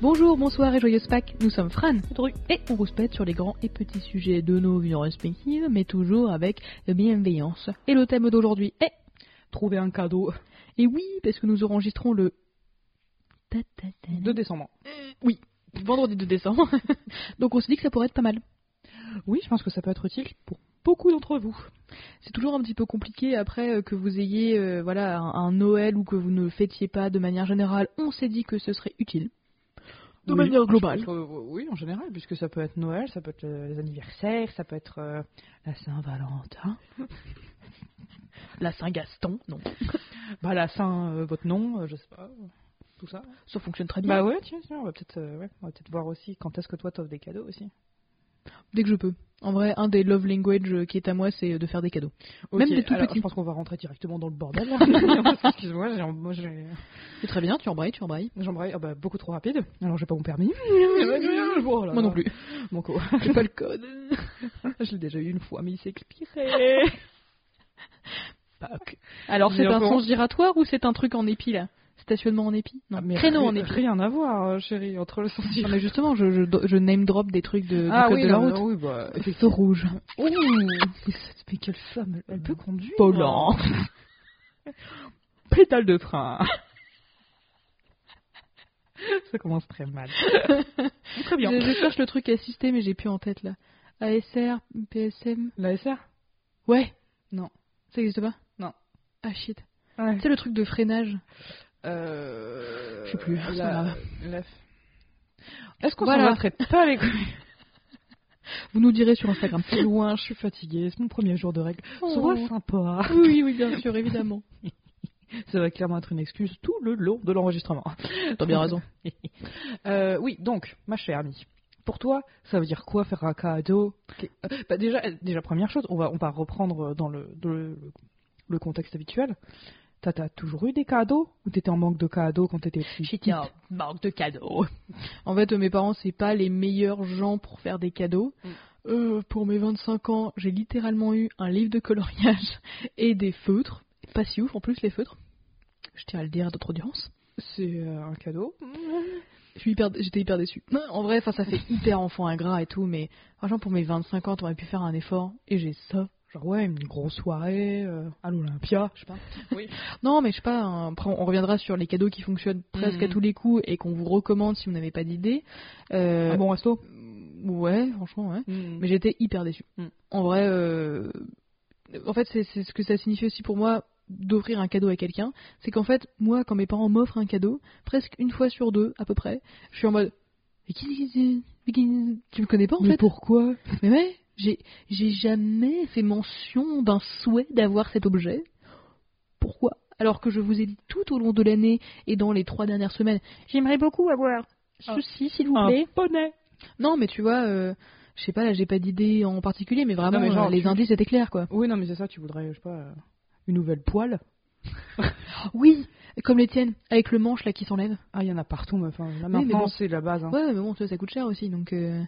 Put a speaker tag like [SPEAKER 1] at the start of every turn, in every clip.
[SPEAKER 1] Bonjour, bonsoir et joyeuse Pâques, nous sommes Fran, Dru et on rouspète sur les grands et petits sujets de nos vies respectives, mais toujours avec bienveillance. Et le thème d'aujourd'hui est
[SPEAKER 2] Trouver un cadeau.
[SPEAKER 1] Et oui, parce que nous enregistrons le Euh,
[SPEAKER 2] 2 décembre.
[SPEAKER 1] Oui, vendredi 2 décembre. Donc on se dit que ça pourrait être pas mal.
[SPEAKER 2] Oui, je pense que ça peut être utile pour beaucoup d'entre vous.
[SPEAKER 1] C'est toujours un petit peu compliqué après euh, que vous ayez euh, voilà un, un Noël ou que vous ne le fêtiez pas de manière générale. On s'est dit que ce serait utile. De
[SPEAKER 2] Oui,
[SPEAKER 1] manière
[SPEAKER 2] je
[SPEAKER 1] globale.
[SPEAKER 2] pense, euh, oui, en général, puisque ça peut être Noël, ça peut être euh, les anniversaires, ça peut être euh, la Saint-Valentin,
[SPEAKER 1] La Saint-Gaston, non.
[SPEAKER 2] bah, la Saint, euh, votre nom, euh, je sais pas, euh, tout ça.
[SPEAKER 1] Ça fonctionne très bien.
[SPEAKER 2] Bah ouais, tiens, tiens, on va peut-être euh, ouais, on va peut-être voir aussi quand est-ce que toi t'offres des cadeaux aussi.
[SPEAKER 1] Dès que je peux. En vrai, un des love language euh, qui est à moi, c'est de faire des cadeaux. Même
[SPEAKER 2] Ok,
[SPEAKER 1] des tout
[SPEAKER 2] alors,
[SPEAKER 1] petits.
[SPEAKER 2] Je pense qu'on va rentrer directement dans le bordel. là. Excuse-moi, j'ai- moi, j'ai-
[SPEAKER 1] C'est très bien, tu embrayes, tu embrayes.
[SPEAKER 2] j'embraye ah bah, beaucoup trop rapide. Alors j'ai pas mon permis. Oh là
[SPEAKER 1] Moi non
[SPEAKER 2] là.
[SPEAKER 1] plus.
[SPEAKER 2] Mon co.
[SPEAKER 1] J'ai pas le code.
[SPEAKER 2] je l'ai déjà eu une fois, mais il s'expirait.
[SPEAKER 1] Alors, c'est
[SPEAKER 2] Mais
[SPEAKER 1] un
[SPEAKER 2] encore.
[SPEAKER 1] sens giratoire ou c'est un truc en épi là Stationnement en épi Non,
[SPEAKER 2] Ah, mais
[SPEAKER 1] créneau
[SPEAKER 2] rien-
[SPEAKER 1] en épi.
[SPEAKER 2] Rien à voir, euh, chérie, entre le sens
[SPEAKER 1] Ah, mais ah justement, je, je, je name drop des trucs de, du code de la
[SPEAKER 2] non,
[SPEAKER 1] route.
[SPEAKER 2] non, oui, bah.
[SPEAKER 1] C'est feu rouge.
[SPEAKER 2] Oh, Mais quelle femme, elle
[SPEAKER 1] Euh,
[SPEAKER 2] peut conduire.
[SPEAKER 1] Polan.
[SPEAKER 2] Pétale de frein. Ça commence très mal. très
[SPEAKER 1] Je,
[SPEAKER 2] bien.
[SPEAKER 1] je cherche le truc assisté, mais j'ai plus en tête là. ASR, PSM.
[SPEAKER 2] La SR
[SPEAKER 1] Ouais.
[SPEAKER 2] Non.
[SPEAKER 1] Ça existe pas
[SPEAKER 2] Non.
[SPEAKER 1] Ah shit.
[SPEAKER 2] Ouais.
[SPEAKER 1] Tu sais le truc de freinage
[SPEAKER 2] Euh...
[SPEAKER 1] Je sais plus, c'est pas
[SPEAKER 2] La...
[SPEAKER 1] grave.
[SPEAKER 2] la- Est-ce qu'on
[SPEAKER 1] Voilà.
[SPEAKER 2] s'en rattrape pas les couilles
[SPEAKER 1] Vous nous direz sur Instagram.
[SPEAKER 2] C'est loin, je suis fatiguée, c'est mon premier jour de règle.
[SPEAKER 1] Oh.
[SPEAKER 2] Sois sympa.
[SPEAKER 1] Oui, oui, bien sûr, évidemment.
[SPEAKER 2] Ça va clairement être une excuse tout le long de l'enregistrement.
[SPEAKER 1] T'as bien raison.
[SPEAKER 2] Euh, oui, donc, ma chère amie, pour toi, ça veut dire quoi faire un cadeau Qu'est- euh, bah, déjà, euh, déjà, première chose, on va, on va reprendre euh, dans le, dans le, le- le contexte habituel. T'as t'as toujours eu des cadeaux Ou t'étais en manque de cadeaux quand t'étais petite
[SPEAKER 1] hein. manque de cadeaux. En fait, mes parents, c'est pas les meilleurs gens pour faire des cadeaux.
[SPEAKER 2] Mm.
[SPEAKER 1] Euh, pour mes 25 ans, j'ai littéralement eu un livre de coloriage et des feutres. Pas si ouf en plus, les feutres. Je tiens à le dire à d'autres audiences.
[SPEAKER 2] C'est euh, un cadeau.
[SPEAKER 1] Je suis hyper- J'étais hyper déçue. En vrai, enfin, ça fait hyper enfant ingrat et tout, mais franchement, pour mes 25 ans, t'aurais pu faire un effort et j'ai ça.
[SPEAKER 2] Genre, ouais, une grosse soirée euh, à l'Olympia, je sais pas.
[SPEAKER 1] Non, mais je sais pas, hein, après on reviendra sur les cadeaux qui fonctionnent presque
[SPEAKER 2] Mhm.
[SPEAKER 1] à tous les coups et qu'on vous recommande si vous n'avez pas d'idée. Euh,
[SPEAKER 2] Un bon resto
[SPEAKER 1] Ouais, franchement, ouais. Mais
[SPEAKER 2] Mais
[SPEAKER 1] j'étais hyper déçue.
[SPEAKER 2] Mm.
[SPEAKER 1] En vrai, euh, en fait, c'est c'est ce que ça signifie aussi pour moi d'offrir un cadeau à quelqu'un. C'est qu'en fait, moi, quand mes parents m'offrent un cadeau, presque une fois sur deux, à peu près, je suis en mode Mais qui- qui- qui- qui- qui- Tu me connais pas en
[SPEAKER 2] Mais
[SPEAKER 1] fait
[SPEAKER 2] pourquoi
[SPEAKER 1] Mais ouais, j'ai j'ai jamais fait mention d'un souhait d'avoir cet objet. Pourquoi alors que je vous ai dit tout au long de l'année et dans les trois dernières semaines, j'aimerais beaucoup avoir
[SPEAKER 2] Ah.
[SPEAKER 1] ceci, s'il vous
[SPEAKER 2] Un
[SPEAKER 1] plaît.
[SPEAKER 2] poney
[SPEAKER 1] Non, mais tu vois, euh, je sais pas, là, j'ai pas d'idée en particulier, mais vraiment,
[SPEAKER 2] Non, mais genre,
[SPEAKER 1] euh, les
[SPEAKER 2] tu-
[SPEAKER 1] indices étaient clairs, quoi.
[SPEAKER 2] Oui, non, mais c'est ça, tu voudrais, je sais pas, euh, une nouvelle poêle Oh,
[SPEAKER 1] Oui, comme les tiennes, avec le manche là qui s'enlève.
[SPEAKER 2] Ah, il y en a partout, mais enfin, là
[SPEAKER 1] mais
[SPEAKER 2] maintenant,
[SPEAKER 1] bon.
[SPEAKER 2] c'est la base. hein.
[SPEAKER 1] Ouais, mais bon, tu vois, ça coûte cher aussi, donc. Euh...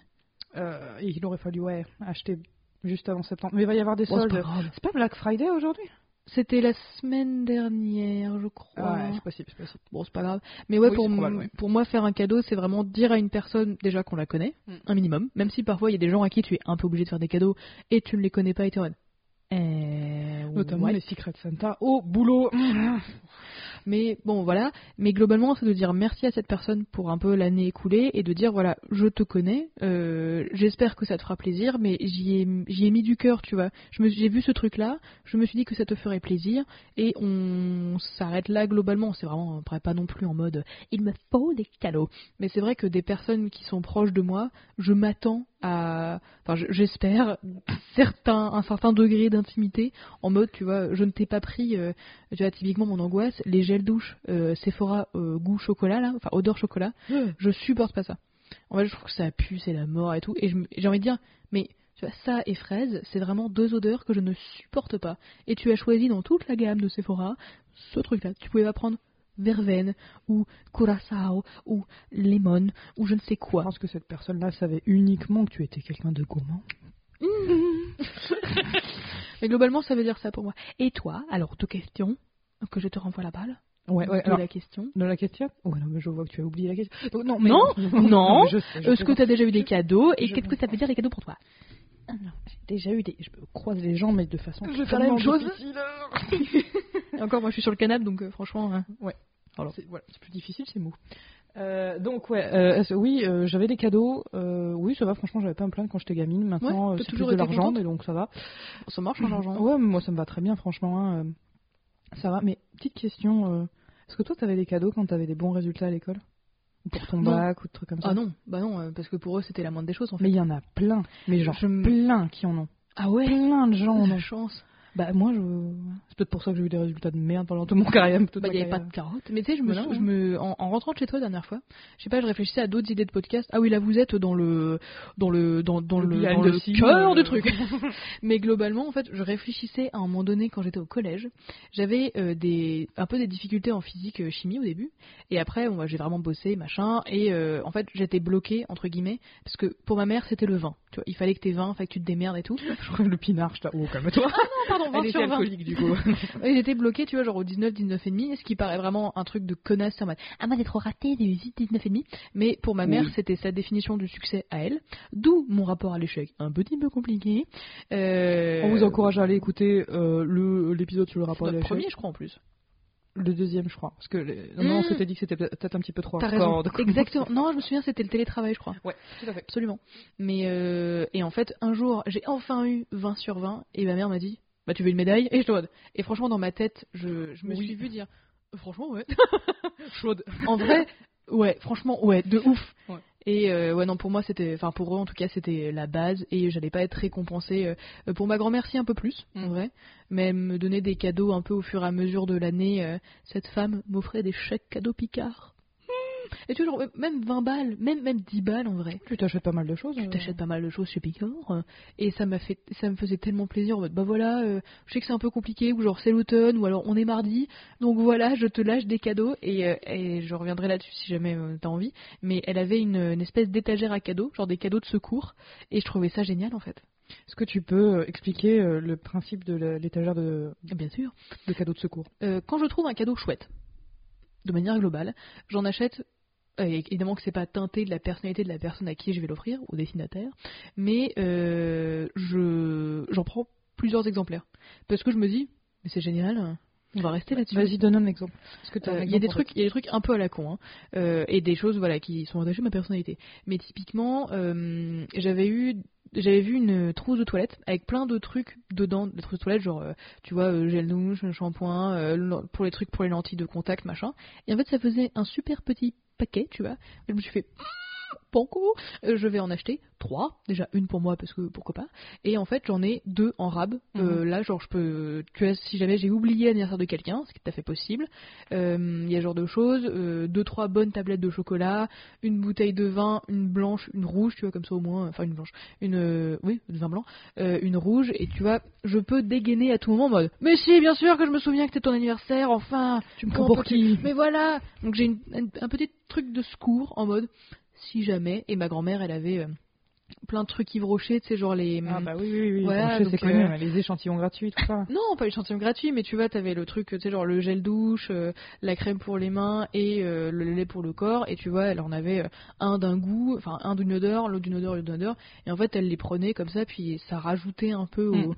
[SPEAKER 2] Euh, et il aurait fallu ouais, acheter juste avant septembre. Mais il va y avoir des
[SPEAKER 1] bon, c'est
[SPEAKER 2] soldes.
[SPEAKER 1] pas grave.
[SPEAKER 2] c'est pas Black Friday aujourd'hui
[SPEAKER 1] C'était la semaine dernière, je crois.
[SPEAKER 2] Ouais, c'est possible, c'est possible.
[SPEAKER 1] Bon, c'est pas grave. Mais ouais,
[SPEAKER 2] Oui,
[SPEAKER 1] pour,
[SPEAKER 2] c'est
[SPEAKER 1] m-
[SPEAKER 2] probable, ouais.
[SPEAKER 1] pour moi, faire un cadeau, c'est vraiment dire à une personne déjà qu'on la connaît,
[SPEAKER 2] Mm.
[SPEAKER 1] un minimum. Même si parfois il y a des gens à qui tu es un peu obligé de faire des cadeaux et tu ne les connais pas et tu es en mode, Euh,
[SPEAKER 2] Notamment
[SPEAKER 1] ouais.
[SPEAKER 2] les Secret Santa au boulot.
[SPEAKER 1] Mais bon, voilà. Mais globalement, c'est de dire merci à cette personne pour un peu l'année écoulée et de dire voilà, je te connais, euh, j'espère que ça te fera plaisir, mais j'y ai, j'y ai mis du cœur, tu vois. Je me suis- J'ai vu ce truc-là, je me suis dit que ça te ferait plaisir et on s'arrête là globalement. C'est vraiment après, pas non plus en mode il me faut des cadeaux. Mais c'est vrai que des personnes qui sont proches de moi, je m'attends à. Enfin, je- j'espère certains, un certain degré d'intimité en mode, tu vois, je ne t'ai pas pris. euh, tu vois, typiquement, mon angoisse, les gels douche euh, Sephora euh, goût chocolat, là, enfin odeur chocolat, je supporte pas ça. En fait, je trouve que ça pue, c'est la mort et tout. Et je me- j'ai envie de dire, mais tu vois, ça et fraise, c'est vraiment deux odeurs que je ne supporte pas. Et tu as choisi dans toute la gamme de Sephora ce truc-là. Tu pouvais pas prendre verveine ou curaçao ou lemon ou je ne sais
[SPEAKER 2] Je
[SPEAKER 1] quoi.
[SPEAKER 2] pense que cette personne-là savait uniquement que tu étais quelqu'un de gourmand.
[SPEAKER 1] Mais globalement, ça veut dire ça pour moi. Et toi, alors, deux questions que je te renvoie la balle.
[SPEAKER 2] Ouais, ouais,
[SPEAKER 1] de
[SPEAKER 2] alors-
[SPEAKER 1] la question.
[SPEAKER 2] De la question Ouais, non, mais je vois que tu as oublié la question. Donc, non,
[SPEAKER 1] Non, non.
[SPEAKER 2] mais je sais, je
[SPEAKER 1] Est-ce que
[SPEAKER 2] sais.
[SPEAKER 1] tu as déjà eu des cadeaux et
[SPEAKER 2] je-
[SPEAKER 1] qu'est-ce que ça veut dire les cadeaux pour toi
[SPEAKER 2] Alors, J'ai déjà eu des. Je croise les gens, mais de façon.
[SPEAKER 1] Je vais faire la même
[SPEAKER 2] totalement
[SPEAKER 1] chose.
[SPEAKER 2] difficile.
[SPEAKER 1] Et Encore, moi je suis sur le canapé donc euh, franchement. hein. Voilà.
[SPEAKER 2] C'est voilà, c'est plus difficile, c'est mou. Euh, donc, ouais, euh, est-ce- oui, euh, j'avais des cadeaux. Euh, oui, ça va, franchement, j'avais pas à me plaindre quand j'étais gamine. Maintenant,
[SPEAKER 1] Ouais,
[SPEAKER 2] euh,
[SPEAKER 1] t'as
[SPEAKER 2] c'est plus
[SPEAKER 1] toujours
[SPEAKER 2] de
[SPEAKER 1] été
[SPEAKER 2] l'argent,
[SPEAKER 1] contente
[SPEAKER 2] mais donc ça va.
[SPEAKER 1] Ça marche en argent.
[SPEAKER 2] Mm. Ouais, mais moi, ça me va très bien, franchement. hein, euh, ça va, mais petite question. euh, est-ce que toi, t'avais des cadeaux quand t'avais des bons résultats à l'école Ou Pour ton
[SPEAKER 1] Non.
[SPEAKER 2] bac ou des trucs comme ça
[SPEAKER 1] Ah non, bah non, euh, parce que pour eux c'était la moindre des choses en fait.
[SPEAKER 2] Mais il y en a plein. Mais genre,
[SPEAKER 1] Je me-
[SPEAKER 2] plein qui en ont.
[SPEAKER 1] Ah ouais
[SPEAKER 2] Plein de gens en
[SPEAKER 1] La
[SPEAKER 2] ont.
[SPEAKER 1] chance.
[SPEAKER 2] Bah moi, je... c'est peut-être pour ça que j'ai eu des résultats de merde pendant tout mon carrière. toute
[SPEAKER 1] Bah,
[SPEAKER 2] ma
[SPEAKER 1] il n'y avait pas
[SPEAKER 2] carrière.
[SPEAKER 1] de carottes. Mais tu sais, je me,
[SPEAKER 2] Mais non,
[SPEAKER 1] je
[SPEAKER 2] hein.
[SPEAKER 1] me, en, en rentrant de chez toi la dernière fois, je sais pas, je réfléchissais à d'autres idées de podcast. Ah oui, là vous êtes dans le, dans le, dans, dans le,
[SPEAKER 2] behind
[SPEAKER 1] dans
[SPEAKER 2] the
[SPEAKER 1] le
[SPEAKER 2] scene,
[SPEAKER 1] cœur
[SPEAKER 2] euh,
[SPEAKER 1] du truc. Mais globalement, en fait, je réfléchissais à un moment donné quand j'étais au collège, j'avais euh, des, un peu des difficultés en physique, euh, chimie au début, et après, bon, bah, j'ai vraiment bossé, machin, et euh, en fait, j'étais bloquée entre guillemets, parce que pour ma mère, c'était le vin. Tu vois, il fallait que t'aies 20, fallait que tu te démerdes et tout.
[SPEAKER 2] Je crois que le pinard, je t'ai- Oh, calme-toi.
[SPEAKER 1] Ah Non, pardon, 20
[SPEAKER 2] Elle était
[SPEAKER 1] sur 20.
[SPEAKER 2] alcoolique, du coup.
[SPEAKER 1] Et j'étais bloquée, tu vois, genre au 19, 19 et demi, ce qui paraît vraiment un truc de connasse en mode ah moi j'ai trop raté, j'ai eu 19 et demi. Mais pour ma mère,
[SPEAKER 2] Oui.
[SPEAKER 1] c'était sa définition du succès à elle, d'où mon rapport à l'échec un petit peu compliqué. Euh,
[SPEAKER 2] On vous encourage à aller écouter euh, le- l'épisode sur le rapport à
[SPEAKER 1] Le
[SPEAKER 2] l'échec.
[SPEAKER 1] premier, je crois en plus.
[SPEAKER 2] Le deuxième, je crois. Parce que les- non, on
[SPEAKER 1] Mm.
[SPEAKER 2] s'était dit que c'était peut-être un petit peu trop
[SPEAKER 1] T'as
[SPEAKER 2] hardcore
[SPEAKER 1] raison.
[SPEAKER 2] de commencer.
[SPEAKER 1] Exactement. Non, je me souviens, c'était le télétravail, je crois.
[SPEAKER 2] Ouais, tout à fait.
[SPEAKER 1] Absolument. Mais euh, et en fait, un jour, j'ai enfin eu 20 sur 20 et ma mère m'a dit "Bah tu veux une médaille Et je te vois. Et franchement, dans ma tête, je, je me
[SPEAKER 2] Oui.
[SPEAKER 1] suis vu dire "Franchement, ouais."
[SPEAKER 2] Chaude.
[SPEAKER 1] en vrai, ouais, franchement, ouais, de ouf.
[SPEAKER 2] Ouais.
[SPEAKER 1] Et euh, ouais, non, pour moi, c'était, enfin, pour eux, en tout cas, c'était la base et j'allais pas être récompensée. euh, pour ma grand-mère, si un peu plus, en
[SPEAKER 2] Mm.
[SPEAKER 1] vrai, mais me donner des cadeaux un peu au fur et à mesure de l'année. euh, cette femme m'offrait des chèques cadeaux Picard. Et tu vois, genre, même 20 balles, même, même 10 balles en vrai.
[SPEAKER 2] Mm. Tu t'achètes pas mal de choses. euh.
[SPEAKER 1] Tu t'achètes pas mal de choses chez Picard euh, et ça m'a fait, ça me faisait tellement plaisir. En mode, bah voilà, euh, je sais que c'est un peu compliqué ou genre c'est l'automne ou alors on est mardi, donc voilà, je te lâche des cadeaux et, euh, et je reviendrai là-dessus si jamais euh, t'as envie. Mais elle avait une, une espèce d'étagère à cadeaux, genre des cadeaux de secours et je trouvais ça génial en fait.
[SPEAKER 2] Est-ce que tu peux euh, expliquer euh, le principe de la- l'étagère de,
[SPEAKER 1] Bien sûr.
[SPEAKER 2] de cadeaux de secours
[SPEAKER 1] Euh, quand je trouve un cadeau chouette, de manière globale, j'en achète. euh, et évidemment que c'est pas teinté de la personnalité de la personne à qui je vais l'offrir, au destinataire, mais euh, je j'en prends plusieurs exemplaires parce que je me dis mais c'est génial, on va rester là-dessus.
[SPEAKER 2] Vas-y, donne un exemple. Est-ce que t'as un
[SPEAKER 1] Euh, Il y a
[SPEAKER 2] exemple
[SPEAKER 1] des
[SPEAKER 2] en
[SPEAKER 1] trucs, il y a des trucs un peu à la con, hein, euh, et des choses voilà qui sont attachées à ma personnalité. Mais typiquement, euh, j'avais eu, j'avais vu une trousse de toilette avec plein de trucs dedans, des trousses de toilette genre, euh, tu vois, euh, gel douche, shampoing, euh, lan- pour les trucs pour les lentilles de contact, machin. Et en fait, ça faisait un super petit paquet, tu vois. Et je me suis fait Panko, euh, je vais en acheter trois. Déjà une pour moi parce que pourquoi pas. Et en fait j'en ai deux en rab. Euh, Là genre je peux, tu vois, si jamais j'ai oublié l'anniversaire de quelqu'un, ce qui est tout à fait possible. Euh, Il y a ce genre de choses, euh, deux trois bonnes tablettes de chocolat, une bouteille de vin, une blanche, une rouge, tu vois comme ça au moins, enfin une blanche, une euh, oui de vin blanc, euh, une rouge et tu vois je peux dégainer à tout moment en mode. Mais si bien sûr que je me souviens que c'était ton anniversaire enfin.
[SPEAKER 2] fait Tu me
[SPEAKER 1] Comment
[SPEAKER 2] prends pour
[SPEAKER 1] peux-tu-
[SPEAKER 2] qui
[SPEAKER 1] Mais voilà Donc j'ai une- un, un petit truc de secours en mode si jamais. Et ma grand-mère, elle avait euh, plein de trucs Yves Rocher, tu sais, genre les.
[SPEAKER 2] Ah bah oui, oui, oui.
[SPEAKER 1] Hmm. Voilà,
[SPEAKER 2] comme je sais, c'est
[SPEAKER 1] donc,
[SPEAKER 2] connu,
[SPEAKER 1] euh,
[SPEAKER 2] hein, les échantillons gratuits, tout ça.
[SPEAKER 1] Non, pas l'échantillon gratuit, mais tu vois, t'avais le truc, tu sais, genre le gel douche, euh, la crème pour les mains et euh, le lait pour le corps. Et tu vois, elle en avait euh, un d'un goût, enfin un d'une odeur, l'autre d'une odeur, l'autre d'une odeur. Et en fait, elle les prenait comme ça, puis ça rajoutait un peu au.
[SPEAKER 2] Mm.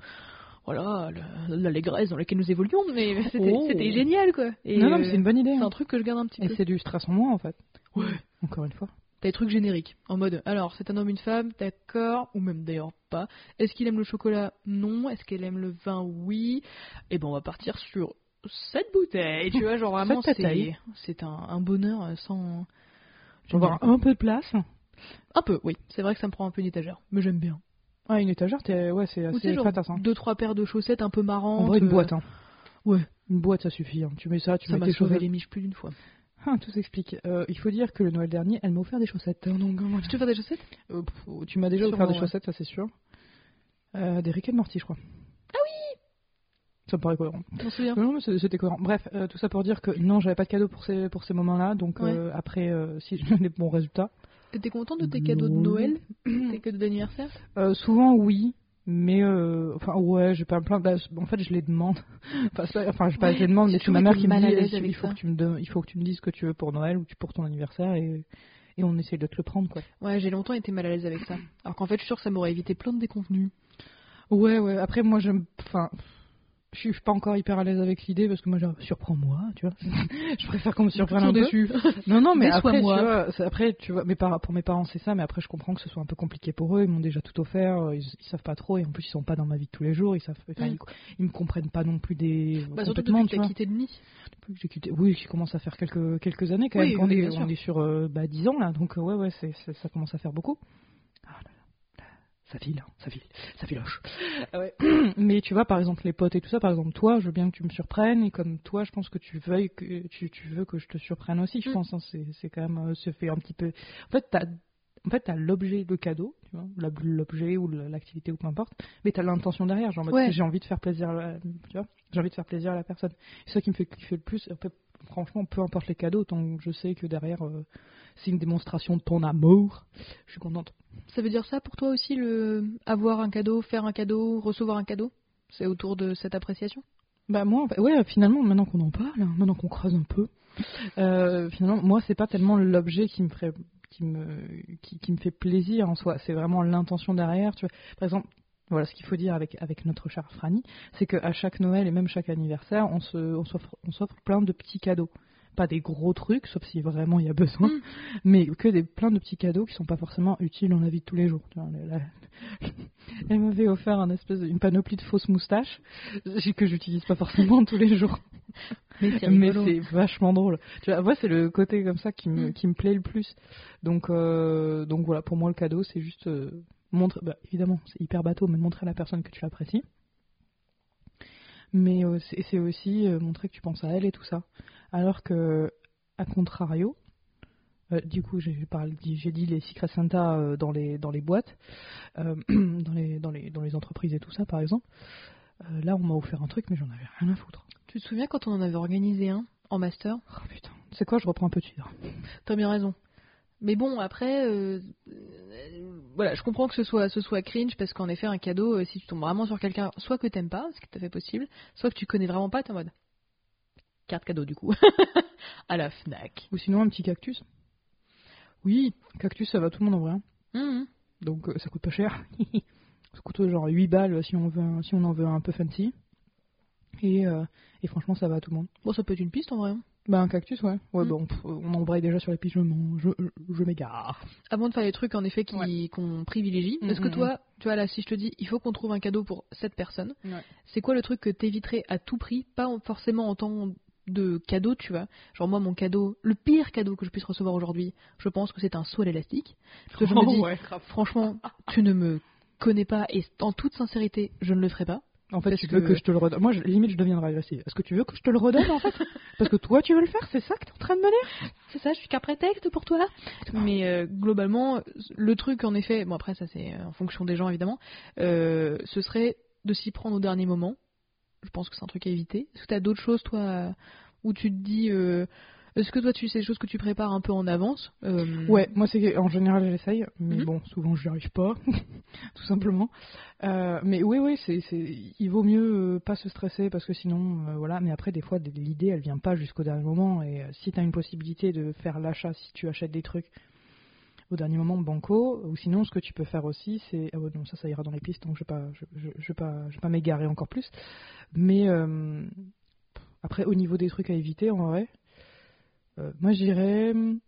[SPEAKER 1] Voilà, le- l'allégresse dans laquelle nous évoluons, mais c'était
[SPEAKER 2] Oh.
[SPEAKER 1] c'était génial quoi. Et,
[SPEAKER 2] non, non, mais
[SPEAKER 1] euh,
[SPEAKER 2] c'est une bonne idée.
[SPEAKER 1] c'est
[SPEAKER 2] hein.
[SPEAKER 1] un truc que je garde un petit
[SPEAKER 2] Et
[SPEAKER 1] peu.
[SPEAKER 2] c'est du stress en moins, en fait.
[SPEAKER 1] Ouais.
[SPEAKER 2] Encore une fois.
[SPEAKER 1] T'as des trucs génériques, en mode alors c'est un homme, une femme, d'accord, ou même d'ailleurs pas. Est-ce qu'il aime le chocolat Non. Est-ce qu'elle aime le vin Oui. Et ben on va partir sur cette bouteille, tu vois, genre vraiment
[SPEAKER 2] Cette
[SPEAKER 1] c'est
[SPEAKER 2] bataille.
[SPEAKER 1] c'est un, un bonheur euh, sans.
[SPEAKER 2] Tu vas avoir un peu de place.
[SPEAKER 1] un peu, oui. C'est vrai que ça me prend un peu une étagère, mais j'aime bien.
[SPEAKER 2] Ah, une étagère, t'es- ouais, c'est
[SPEAKER 1] Ou tu sais,
[SPEAKER 2] assez
[SPEAKER 1] genre
[SPEAKER 2] fatasse. Hein.
[SPEAKER 1] deux trois paires de chaussettes un peu marrantes.
[SPEAKER 2] En vrai, une
[SPEAKER 1] euh,
[SPEAKER 2] boîte. Hein.
[SPEAKER 1] ouais.
[SPEAKER 2] Une boîte, ça suffit. hein. Tu mets ça, tu
[SPEAKER 1] Ça
[SPEAKER 2] mets
[SPEAKER 1] m'a
[SPEAKER 2] tes
[SPEAKER 1] sauvé
[SPEAKER 2] chaussettes.
[SPEAKER 1] les miches plus d'une fois.
[SPEAKER 2] Ah, tout s'explique. Euh, il faut dire que le Noël dernier, elle m'a offert des chaussettes. Oh, non, comment-
[SPEAKER 1] Tu te fais des chaussettes
[SPEAKER 2] Euh, pff, tu m'as déjà offert
[SPEAKER 1] Sûrement,
[SPEAKER 2] des
[SPEAKER 1] ouais.
[SPEAKER 2] chaussettes, ça c'est sûr. Euh, des Rick and Morty, je crois. Ah oui Ça me paraît cohérent.
[SPEAKER 1] Je m'en souviens.
[SPEAKER 2] Non, mais c'est- c'était cohérent. Bref, euh, tout ça pour dire que non, j'avais pas de cadeau pour ces, pour ces moments-là. Donc
[SPEAKER 1] Ouais.
[SPEAKER 2] euh, après, euh, si j'ai des bons résultats.
[SPEAKER 1] T'étais contente de tes cadeaux de
[SPEAKER 2] Non.
[SPEAKER 1] Noël, tes cadeaux d'anniversaire
[SPEAKER 2] Euh, souvent, oui. Mais euh, euh, enfin ouais, je vais pas me plaindre. là, en fait, je les demande. enfin, ça, enfin, je, pas, je les demande,
[SPEAKER 1] j'ai
[SPEAKER 2] mais c'est ma
[SPEAKER 1] toujours
[SPEAKER 2] mère
[SPEAKER 1] été
[SPEAKER 2] qui me
[SPEAKER 1] mal à
[SPEAKER 2] dit
[SPEAKER 1] l'aise
[SPEAKER 2] euh, il
[SPEAKER 1] avec
[SPEAKER 2] faut
[SPEAKER 1] ça.
[SPEAKER 2] que tu me donnes- il faut que tu me dises ce que tu veux pour Noël ou pour ton anniversaire et, et on essaye de te le prendre quoi.
[SPEAKER 1] Ouais, j'ai longtemps été mal à l'aise avec ça. Alors qu'en fait, je suis sûre que ça m'aurait évité plein de déconvenus.
[SPEAKER 2] Ouais, ouais. Après, moi, je, enfin, je suis pas encore hyper à l'aise avec l'idée parce que moi, genre, surprends-moi, tu vois. je préfère qu'on me surprenne
[SPEAKER 1] Toujours
[SPEAKER 2] un peu.
[SPEAKER 1] déçu.
[SPEAKER 2] Non, non, mais après, tu
[SPEAKER 1] Déçois-moi.
[SPEAKER 2] vois, c'est- après, tu vois, mes parents- pour mes parents, c'est ça, mais après, je comprends que ce soit un peu compliqué pour eux. Ils m'ont déjà tout offert, euh, ils, ils savent pas trop, et en plus, ils sont pas dans ma vie de tous les jours. Ils savent, enfin,
[SPEAKER 1] Mm.
[SPEAKER 2] ils, ils me comprennent pas non plus des.
[SPEAKER 1] Bah, surtout
[SPEAKER 2] complètement,
[SPEAKER 1] depuis que t'as
[SPEAKER 2] tu vois.
[SPEAKER 1] quitté le nid.
[SPEAKER 2] Depuis que j'ai quitté- Oui, qui commence à faire quelques quelques années quand
[SPEAKER 1] Oui,
[SPEAKER 2] même. qu'on
[SPEAKER 1] oui,
[SPEAKER 2] est-
[SPEAKER 1] bien sûr.
[SPEAKER 2] on est sur euh, bah, 10 ans là, donc euh, ouais, ouais, c'est c'est- ça commence à faire beaucoup. Ah là là, ça file, hein, ça file, ça filoche. Ah ouais. Mais tu vois, par exemple, les potes et tout ça, par exemple, toi, je veux bien que tu me surprennes, et comme toi, je pense que tu veuilles que tu, tu veux que je te surprenne aussi, je
[SPEAKER 1] Mm.
[SPEAKER 2] pense. hein, c'est c'est quand même, euh, se fait un petit peu. En fait, t'as en fait, t'as l'objet, le cadeau, tu vois, l'ob- l'objet ou le- l'activité ou peu importe, mais t'as l'intention derrière, genre en mode,
[SPEAKER 1] Ouais.
[SPEAKER 2] j'ai envie de faire plaisir, à la- tu vois, j'ai envie de faire plaisir à la personne. C'est ça qui me fait kiffer le plus. Après, franchement, peu importe les cadeaux, tant que je sais que derrière, euh, c'est une démonstration de ton amour, je suis contente.
[SPEAKER 1] Ça veut dire ça pour toi aussi, le avoir un cadeau, faire un cadeau, recevoir un cadeau C'est autour de cette appréciation
[SPEAKER 2] Bah moi, en fait- ouais, finalement, maintenant qu'on en parle, hein, maintenant qu'on croise un peu, euh, finalement, moi, c'est pas tellement l'objet qui me ferait, qui me, qui, qui me fait plaisir en soi, c'est vraiment l'intention derrière. Tu vois, par exemple, voilà ce qu'il faut dire avec avec notre chère Franny, c'est qu'à chaque Noël et même chaque anniversaire, on se, on s'offre, on s'offre plein de petits cadeaux, pas des gros trucs, sauf si vraiment il y a besoin,
[SPEAKER 1] Mm.
[SPEAKER 2] mais que des plein de petits cadeaux qui sont pas forcément utiles dans la vie de tous les jours. Tu vois, la- la- Elle m'avait offert un espèce, de- une panoplie de fausses moustaches que j'utilise pas forcément tous les jours,
[SPEAKER 1] Mais c'est
[SPEAKER 2] mais
[SPEAKER 1] rigolo.
[SPEAKER 2] c'est vachement drôle. Tu vois, moi c'est le côté comme ça qui me,
[SPEAKER 1] Mm.
[SPEAKER 2] qui me plaît le plus. Donc euh, donc voilà, pour moi le cadeau c'est juste euh, montrer, bah, évidemment c'est hyper bateau, mais montrer à la personne que tu l'apprécies. Mais euh, c'est c'est aussi euh, montrer que tu penses à elle et tout ça. Alors que à contrario, euh, du coup j'ai parlé- j'ai dit les Secret Santa euh, dans les dans les boîtes, euh, dans les dans les dans les entreprises et tout ça par exemple. Euh, là on m'a offert un truc mais j'en avais rien à foutre.
[SPEAKER 1] Tu te souviens quand on en avait organisé un en master
[SPEAKER 2] Oh putain, c'est quoi Je reprends un peu de suivre.
[SPEAKER 1] T'as bien raison. Mais bon, après, euh, euh, voilà, je comprends que ce soit, ce soit cringe parce qu'en effet, un cadeau, euh, si tu tombes vraiment sur quelqu'un, soit que t'aimes pas, ce qui est tout à fait possible, soit que tu connais vraiment pas, t'es en mode carte cadeau du coup à la Fnac.
[SPEAKER 2] Ou sinon un petit cactus. Oui, cactus ça va tout le monde en vrai. hein.
[SPEAKER 1] Mhm.
[SPEAKER 2] Donc euh, ça coûte pas cher. ça coûte euh, genre 8 balles si on, veut un- si on en veut un peu fancy. Et, euh, et franchement ça va à tout le monde.
[SPEAKER 1] Bon, ça peut être une piste en vrai. hein.
[SPEAKER 2] Bah un cactus ouais. Ouais
[SPEAKER 1] Mm.
[SPEAKER 2] bon pff, on embraye déjà sur les pigements, je, euh, je, je m'égare.
[SPEAKER 1] Avant de faire les trucs en effet qui-
[SPEAKER 2] Ouais.
[SPEAKER 1] qu'on privilégie,
[SPEAKER 2] Mhm,
[SPEAKER 1] est-ce que
[SPEAKER 2] mhm.
[SPEAKER 1] toi, tu vois là, si je te dis, il faut qu'on trouve un cadeau pour cette personne,
[SPEAKER 2] Ouais.
[SPEAKER 1] c'est quoi le truc que t'éviterais à tout prix, pas en- forcément en tant de cadeau, tu vois. Genre moi, mon cadeau, le pire cadeau que je puisse recevoir aujourd'hui, je pense que c'est un saut à l'élastique. Parce que je me dis, franchement, tu ne me connais pas et en toute sincérité, je ne le ferai pas.
[SPEAKER 2] En fait
[SPEAKER 1] Parce
[SPEAKER 2] tu veux
[SPEAKER 1] que-
[SPEAKER 2] que... je te le redonne. Moi je- limite je deviendrai agressive. Est-ce que tu veux que je te le redonne en fait Parce que toi tu veux le faire, c'est ça que t'es en train de me dire
[SPEAKER 1] C'est ça, je suis qu'un prétexte pour toi. Mais euh, globalement, le truc en effet, bon après ça c'est euh, en fonction des gens évidemment, euh, ce serait de s'y prendre au dernier moment. Je pense que c'est un truc à éviter. Est-ce que t'as d'autres choses toi euh, où tu te dis, euh, est-ce que toi tu sais des choses que tu prépares un peu en avance Euh,
[SPEAKER 2] Ouais, moi c'est en général j'essaye, mais
[SPEAKER 1] Mhm.
[SPEAKER 2] bon, souvent je n'y arrive pas, tout simplement. Euh, mais oui, oui, c'est, c'est, il vaut mieux euh, pas se stresser parce que sinon, euh, voilà. Mais après, des fois, des- l'idée elle vient pas jusqu'au dernier moment. Et euh, si t'as une possibilité de faire l'achat, si tu achètes des trucs au dernier moment, banco, ou sinon, ce que tu peux faire aussi, c'est, ah ouais, non, ça, ça ira dans les pistes, donc je vais pas, je, je, je vais pas, je vais pas m'égarer encore plus. Mais euh, après, au niveau des trucs à éviter, en vrai, euh, moi, j'irais. hum,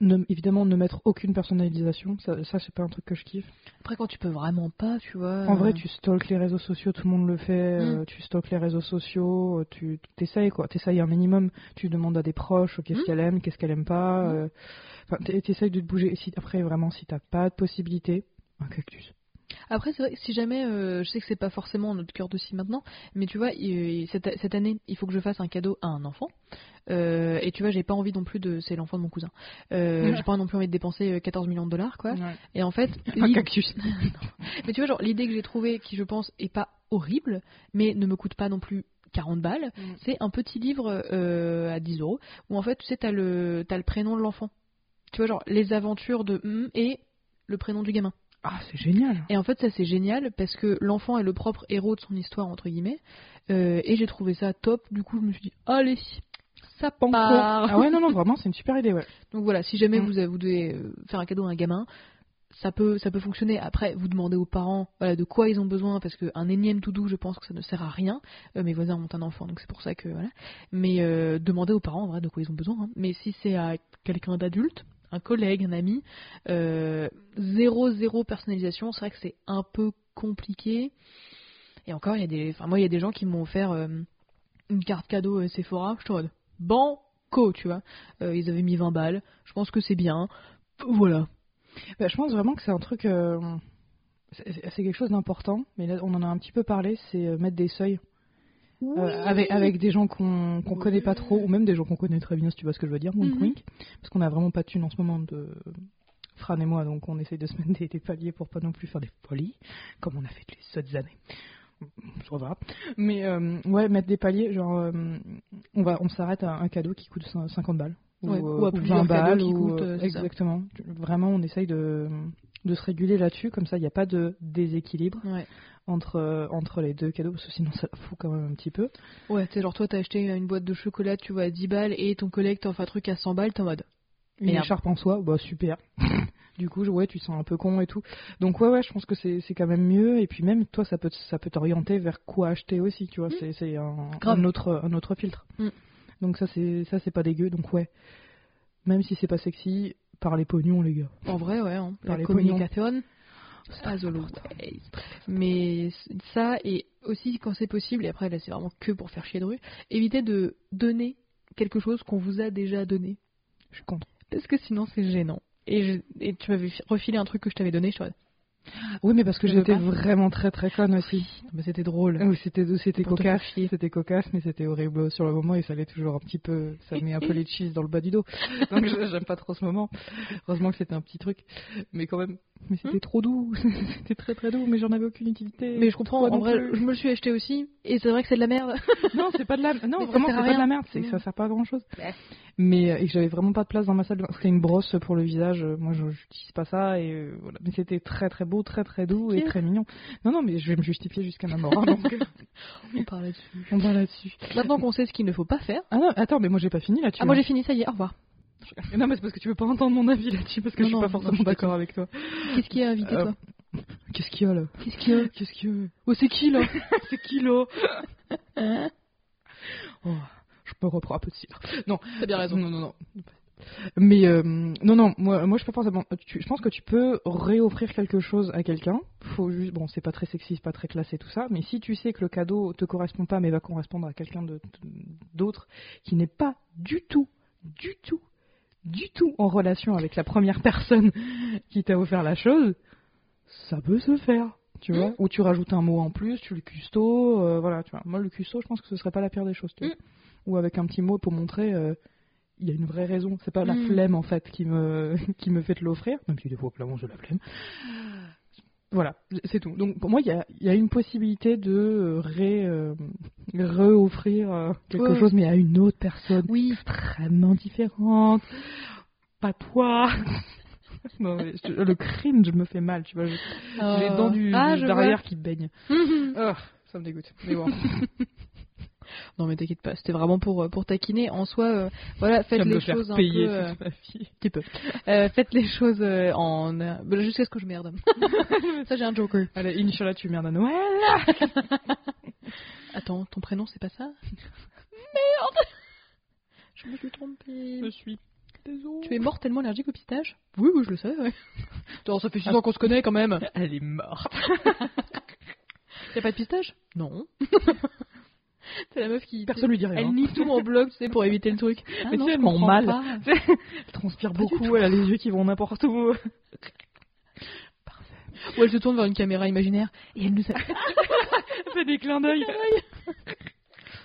[SPEAKER 2] ne- évidemment, ne mettre aucune personnalisation, ça, ça c'est pas un truc que je kiffe.
[SPEAKER 1] Après quand tu peux vraiment pas, tu vois.
[SPEAKER 2] En vrai,
[SPEAKER 1] euh,
[SPEAKER 2] tu stalks les réseaux sociaux, tout le monde le fait,
[SPEAKER 1] Mm.
[SPEAKER 2] euh, tu stalks les réseaux sociaux, euh, tu t'essayes quoi, t'essayes un minimum, tu demandes à des proches euh, qu'est-ce
[SPEAKER 1] Mm.
[SPEAKER 2] qu'elle aime, qu'est-ce qu'elle aime pas,
[SPEAKER 1] Mm.
[SPEAKER 2] euh, enfin, t'es- t'essayes de te bouger. Et Si, après, vraiment, si t'as pas de possibilité, un cactus.
[SPEAKER 1] Après, c'est vrai que si jamais, euh, je sais que c'est pas forcément notre cœur de scie maintenant, mais tu vois, il- cette, cette année, il faut que je fasse un cadeau à un enfant. Euh, et tu vois, j'ai pas envie non plus de. C'est l'enfant de mon cousin. Euh, j'ai pas non plus envie de dépenser euh, 14 millions de dollars, quoi. Et en fait,
[SPEAKER 2] Un
[SPEAKER 1] l'i-
[SPEAKER 2] cactus.
[SPEAKER 1] mais tu vois, genre, l'idée que j'ai trouvée, qui je pense est pas horrible, mais ne me coûte pas non plus 40 balles,
[SPEAKER 2] Mm.
[SPEAKER 1] c'est un petit livre euh, à 10 euros, où en fait, tu sais, t'as le, t'as le prénom de l'enfant. Tu vois, genre, les aventures de hum et le prénom du gamin.
[SPEAKER 2] Ah, c'est génial.
[SPEAKER 1] Et en fait, ça c'est génial parce que l'enfant est le propre héros de son histoire, entre guillemets. Euh, et j'ai trouvé ça top. Du coup, je me suis dit, allez, ça
[SPEAKER 2] Panko.
[SPEAKER 1] part.
[SPEAKER 2] Ah ouais, non, non, vraiment, c'est une super idée, ouais.
[SPEAKER 1] Donc voilà, si jamais
[SPEAKER 2] Mm.
[SPEAKER 1] vous, vous devez euh, faire un cadeau à un gamin, ça peut, ça peut fonctionner. Après, vous demandez aux parents voilà, de quoi ils ont besoin, parce qu'un énième tout doux, je pense que ça ne sert à rien. Euh, mes voisins ont un enfant, donc c'est pour ça que. Voilà. Mais euh, demandez aux parents en vrai, de quoi ils ont besoin. hein. Mais si c'est à quelqu'un d'adulte, un collègue, un ami, euh, zéro, zéro personnalisation, c'est vrai que c'est un peu compliqué. Et encore, il y a des, enfin, moi, il y a des gens qui m'ont offert euh, une carte cadeau euh, Sephora, je te mode banco, tu vois. Euh, ils avaient mis 20 balles, je pense que c'est bien. Voilà.
[SPEAKER 2] Bah, je pense vraiment que c'est un truc. euh, c'est c'est quelque chose d'important, mais là, on en a un petit peu parlé, c'est euh, mettre des seuils. Euh, avec, avec des gens qu'on qu'on
[SPEAKER 1] Oui.
[SPEAKER 2] connaît pas trop, ou même des gens qu'on connaît très bien, si tu vois ce que je veux dire, wink
[SPEAKER 1] Mhm.
[SPEAKER 2] wink. Parce qu'on a vraiment pas de thunes en ce moment de Fran et moi, donc on essaye de se mettre des, des paliers pour pas non plus faire des folies, comme on a fait les autres années. Ça va. Mais euh, ouais, mettre des paliers, genre euh, on va, on s'arrête à un cadeau qui coûte cin- 50 balles.
[SPEAKER 1] Ouais,
[SPEAKER 2] euh,
[SPEAKER 1] ou à plusieurs
[SPEAKER 2] 20
[SPEAKER 1] cadeaux qui
[SPEAKER 2] ou,
[SPEAKER 1] coûtent,
[SPEAKER 2] euh,
[SPEAKER 1] euh, c'est ça.
[SPEAKER 2] exactement. Tu- Vraiment, on essaye de, de se réguler là-dessus, comme ça il n'y a pas de déséquilibre
[SPEAKER 1] Ouais,
[SPEAKER 2] entre, euh, entre les deux cadeaux, parce que sinon ça fout quand même un petit peu.
[SPEAKER 1] ouais c'est genre toi t'as acheté une boîte de chocolat, tu vois, à 10 balles et ton collègue t'offre un truc à 100 balles, t'es en mode.
[SPEAKER 2] Une
[SPEAKER 1] Merde.
[SPEAKER 2] écharpe en soie, bah super. du coup, je- ouais, tu te sens un peu con et tout. Donc ouais, ouais, je pense que c'est c'est quand même mieux. Et puis même, toi, ça peut t- ça peut t'orienter vers quoi acheter aussi, tu vois. C'est c'est un,
[SPEAKER 1] Mm. Grave.
[SPEAKER 2] un autre un autre filtre.
[SPEAKER 1] Mm.
[SPEAKER 2] Donc ça c'est ça c'est pas dégueu. Donc ouais, même si c'est pas sexy, par les pognons les gars.
[SPEAKER 1] En vrai, ouais, hein,
[SPEAKER 2] Par
[SPEAKER 1] la
[SPEAKER 2] les
[SPEAKER 1] communication.
[SPEAKER 2] C'est
[SPEAKER 1] as always. Mais ça, et aussi quand c'est possible, et après là c'est vraiment que pour faire chier de rue, évitez de donner quelque chose qu'on vous a déjà donné.
[SPEAKER 2] Je suis contre.
[SPEAKER 1] Parce que sinon c'est gênant. Et, je- et tu m'avais fi- refilé un truc que je t'avais donné, je te
[SPEAKER 2] Oui, mais parce que
[SPEAKER 1] Tu Ah, veux
[SPEAKER 2] j'étais
[SPEAKER 1] pas
[SPEAKER 2] vraiment très très conne aussi.
[SPEAKER 1] mais ah, bah, c'était drôle.
[SPEAKER 2] Oui, C'était c'était
[SPEAKER 1] Pour te
[SPEAKER 2] cocasse, c'était cocasse, mais c'était horrible sur le moment et ça allait toujours un petit peu, ça met un peu les cheese dans le bas du dos. Donc je- j'aime pas trop ce moment. Heureusement que c'était un petit truc, mais quand même, mais c'était
[SPEAKER 1] Hmm.
[SPEAKER 2] trop doux, c'était très très doux, mais j'en avais aucune utilité.
[SPEAKER 1] Mais je comprends,
[SPEAKER 2] Toi
[SPEAKER 1] en
[SPEAKER 2] non
[SPEAKER 1] vrai,
[SPEAKER 2] plus.
[SPEAKER 1] je me le suis acheté aussi, et c'est vrai que c'est de la merde.
[SPEAKER 2] non, c'est pas de la, non
[SPEAKER 1] Mais ça
[SPEAKER 2] vraiment c'est
[SPEAKER 1] sert à
[SPEAKER 2] pas de
[SPEAKER 1] rien.
[SPEAKER 2] la merde, c'est que ça
[SPEAKER 1] Ouais.
[SPEAKER 2] sert pas à grand chose.
[SPEAKER 1] Ouais.
[SPEAKER 2] Hmm. Bah. Mais euh, et que j'avais vraiment pas de place dans ma salle. de bain. C'était une brosse pour le visage, euh, moi je n'utilise pas ça et euh, voilà. Mais c'était très très beau, très très doux et
[SPEAKER 1] Cute.
[SPEAKER 2] très mignon. Non non, mais je vais me justifier jusqu'à ma mort. hein, donc euh,
[SPEAKER 1] On parle là-dessus.
[SPEAKER 2] on va là-dessus.
[SPEAKER 1] Maintenant qu'on sait ce qu'il ne faut pas faire.
[SPEAKER 2] Ah non, attends, mais moi j'ai pas fini là-dessus.
[SPEAKER 1] Ah, moi j'ai fini, ça y est, au revoir.
[SPEAKER 2] Mais Non, mais c'est parce que tu veux pas entendre mon avis là-dessus, parce que
[SPEAKER 1] Non,
[SPEAKER 2] je suis
[SPEAKER 1] non,
[SPEAKER 2] pas
[SPEAKER 1] non,
[SPEAKER 2] forcément
[SPEAKER 1] je
[SPEAKER 2] d'accord avec toi.
[SPEAKER 1] Qu'est-ce qui est invité,
[SPEAKER 2] Euh,
[SPEAKER 1] toi
[SPEAKER 2] Qu'est-ce qu'il y a là
[SPEAKER 1] Qu'est-ce qui est
[SPEAKER 2] Qu'est-ce qu'il y a
[SPEAKER 1] Oh, c'est qui là
[SPEAKER 2] C'est kilo
[SPEAKER 1] Hein
[SPEAKER 2] oh, Je peux reprendre un peu de cire.
[SPEAKER 1] T'as bien raison.
[SPEAKER 2] Non, non, non. Mais euh, non, non, moi, moi je peux forcément. tu- je pense que tu peux réoffrir quelque chose à quelqu'un. Faut juste, bon, c'est pas très sexy, c'est pas très classé tout ça, mais si tu sais que le cadeau te correspond pas, mais va correspondre à quelqu'un de- d'autre qui n'est pas du tout, du tout, du tout en relation avec la première personne qui t'a offert la chose, ça peut se faire.
[SPEAKER 1] Mmh.
[SPEAKER 2] Tu vois, ou tu rajoutes un mot en plus, tu le custo, euh, voilà, tu vois. Moi, le custo, je pense que ce serait pas la pire des choses, tu vois.
[SPEAKER 1] Mm.
[SPEAKER 2] Ou avec un petit mot pour montrer, euh, il y a une vraie raison. C'est pas la
[SPEAKER 1] Mm.
[SPEAKER 2] flemme en fait qui me qui me fait de l'offrir, même si des fois clairement j'ai la flemme. Voilà, c'est tout. Donc pour moi, il y a, il y a une possibilité de euh, ré euh, re-offrir euh, quelque
[SPEAKER 1] Ouais.
[SPEAKER 2] chose, mais à une autre personne
[SPEAKER 1] Oui.
[SPEAKER 2] extrêmement différente. Pas toi. non, mais je te- le cringe me fait mal, tu vois. je- J'ai les dents du,
[SPEAKER 1] Ah,
[SPEAKER 2] du
[SPEAKER 1] je
[SPEAKER 2] derrière qui baignent.
[SPEAKER 1] vois. Mhm.
[SPEAKER 2] Ah, ça me dégoûte. Mais bon,
[SPEAKER 1] Non, mais t'inquiète pas, c'était vraiment pour, euh, pour taquiner. En soi, euh, voilà,
[SPEAKER 2] ça
[SPEAKER 1] faites
[SPEAKER 2] me
[SPEAKER 1] les
[SPEAKER 2] faire
[SPEAKER 1] choses un peu.
[SPEAKER 2] payer
[SPEAKER 1] euh,
[SPEAKER 2] toute ma vie.
[SPEAKER 1] petit peu. Euh, faites les choses euh, en. euh, ben, Jusqu'à ce que je merde. ça, j'ai un joker.
[SPEAKER 2] Allez, Inch'Allah, tu merdes à Noël.
[SPEAKER 1] Attends, ton prénom, c'est pas ça Merde Je me suis trompée.
[SPEAKER 2] Je suis désolée.
[SPEAKER 1] Tu es mort tellement allergique au pistache Oui, oui, je le sais, ouais. Ah. Attends, ça fait 6 ans qu'on se connaît quand même.
[SPEAKER 2] Elle est morte.
[SPEAKER 1] Y'a pas de pistache Non. c'est la meuf qui.
[SPEAKER 2] Personne lui hein. dit rien.
[SPEAKER 1] Elle nie tout en bloc, tu sais, pour éviter le truc. Ah
[SPEAKER 2] Mais
[SPEAKER 1] non,
[SPEAKER 2] tu
[SPEAKER 1] je
[SPEAKER 2] sais, elle ment
[SPEAKER 1] comprends
[SPEAKER 2] mal.
[SPEAKER 1] pas.
[SPEAKER 2] Elle transpire
[SPEAKER 1] Pas du
[SPEAKER 2] beaucoup,
[SPEAKER 1] tout.
[SPEAKER 2] elle a les yeux qui vont n'importe où.
[SPEAKER 1] Ou elle se tourne vers une caméra imaginaire et elle nous a.
[SPEAKER 2] Elle fait des clins d'œil.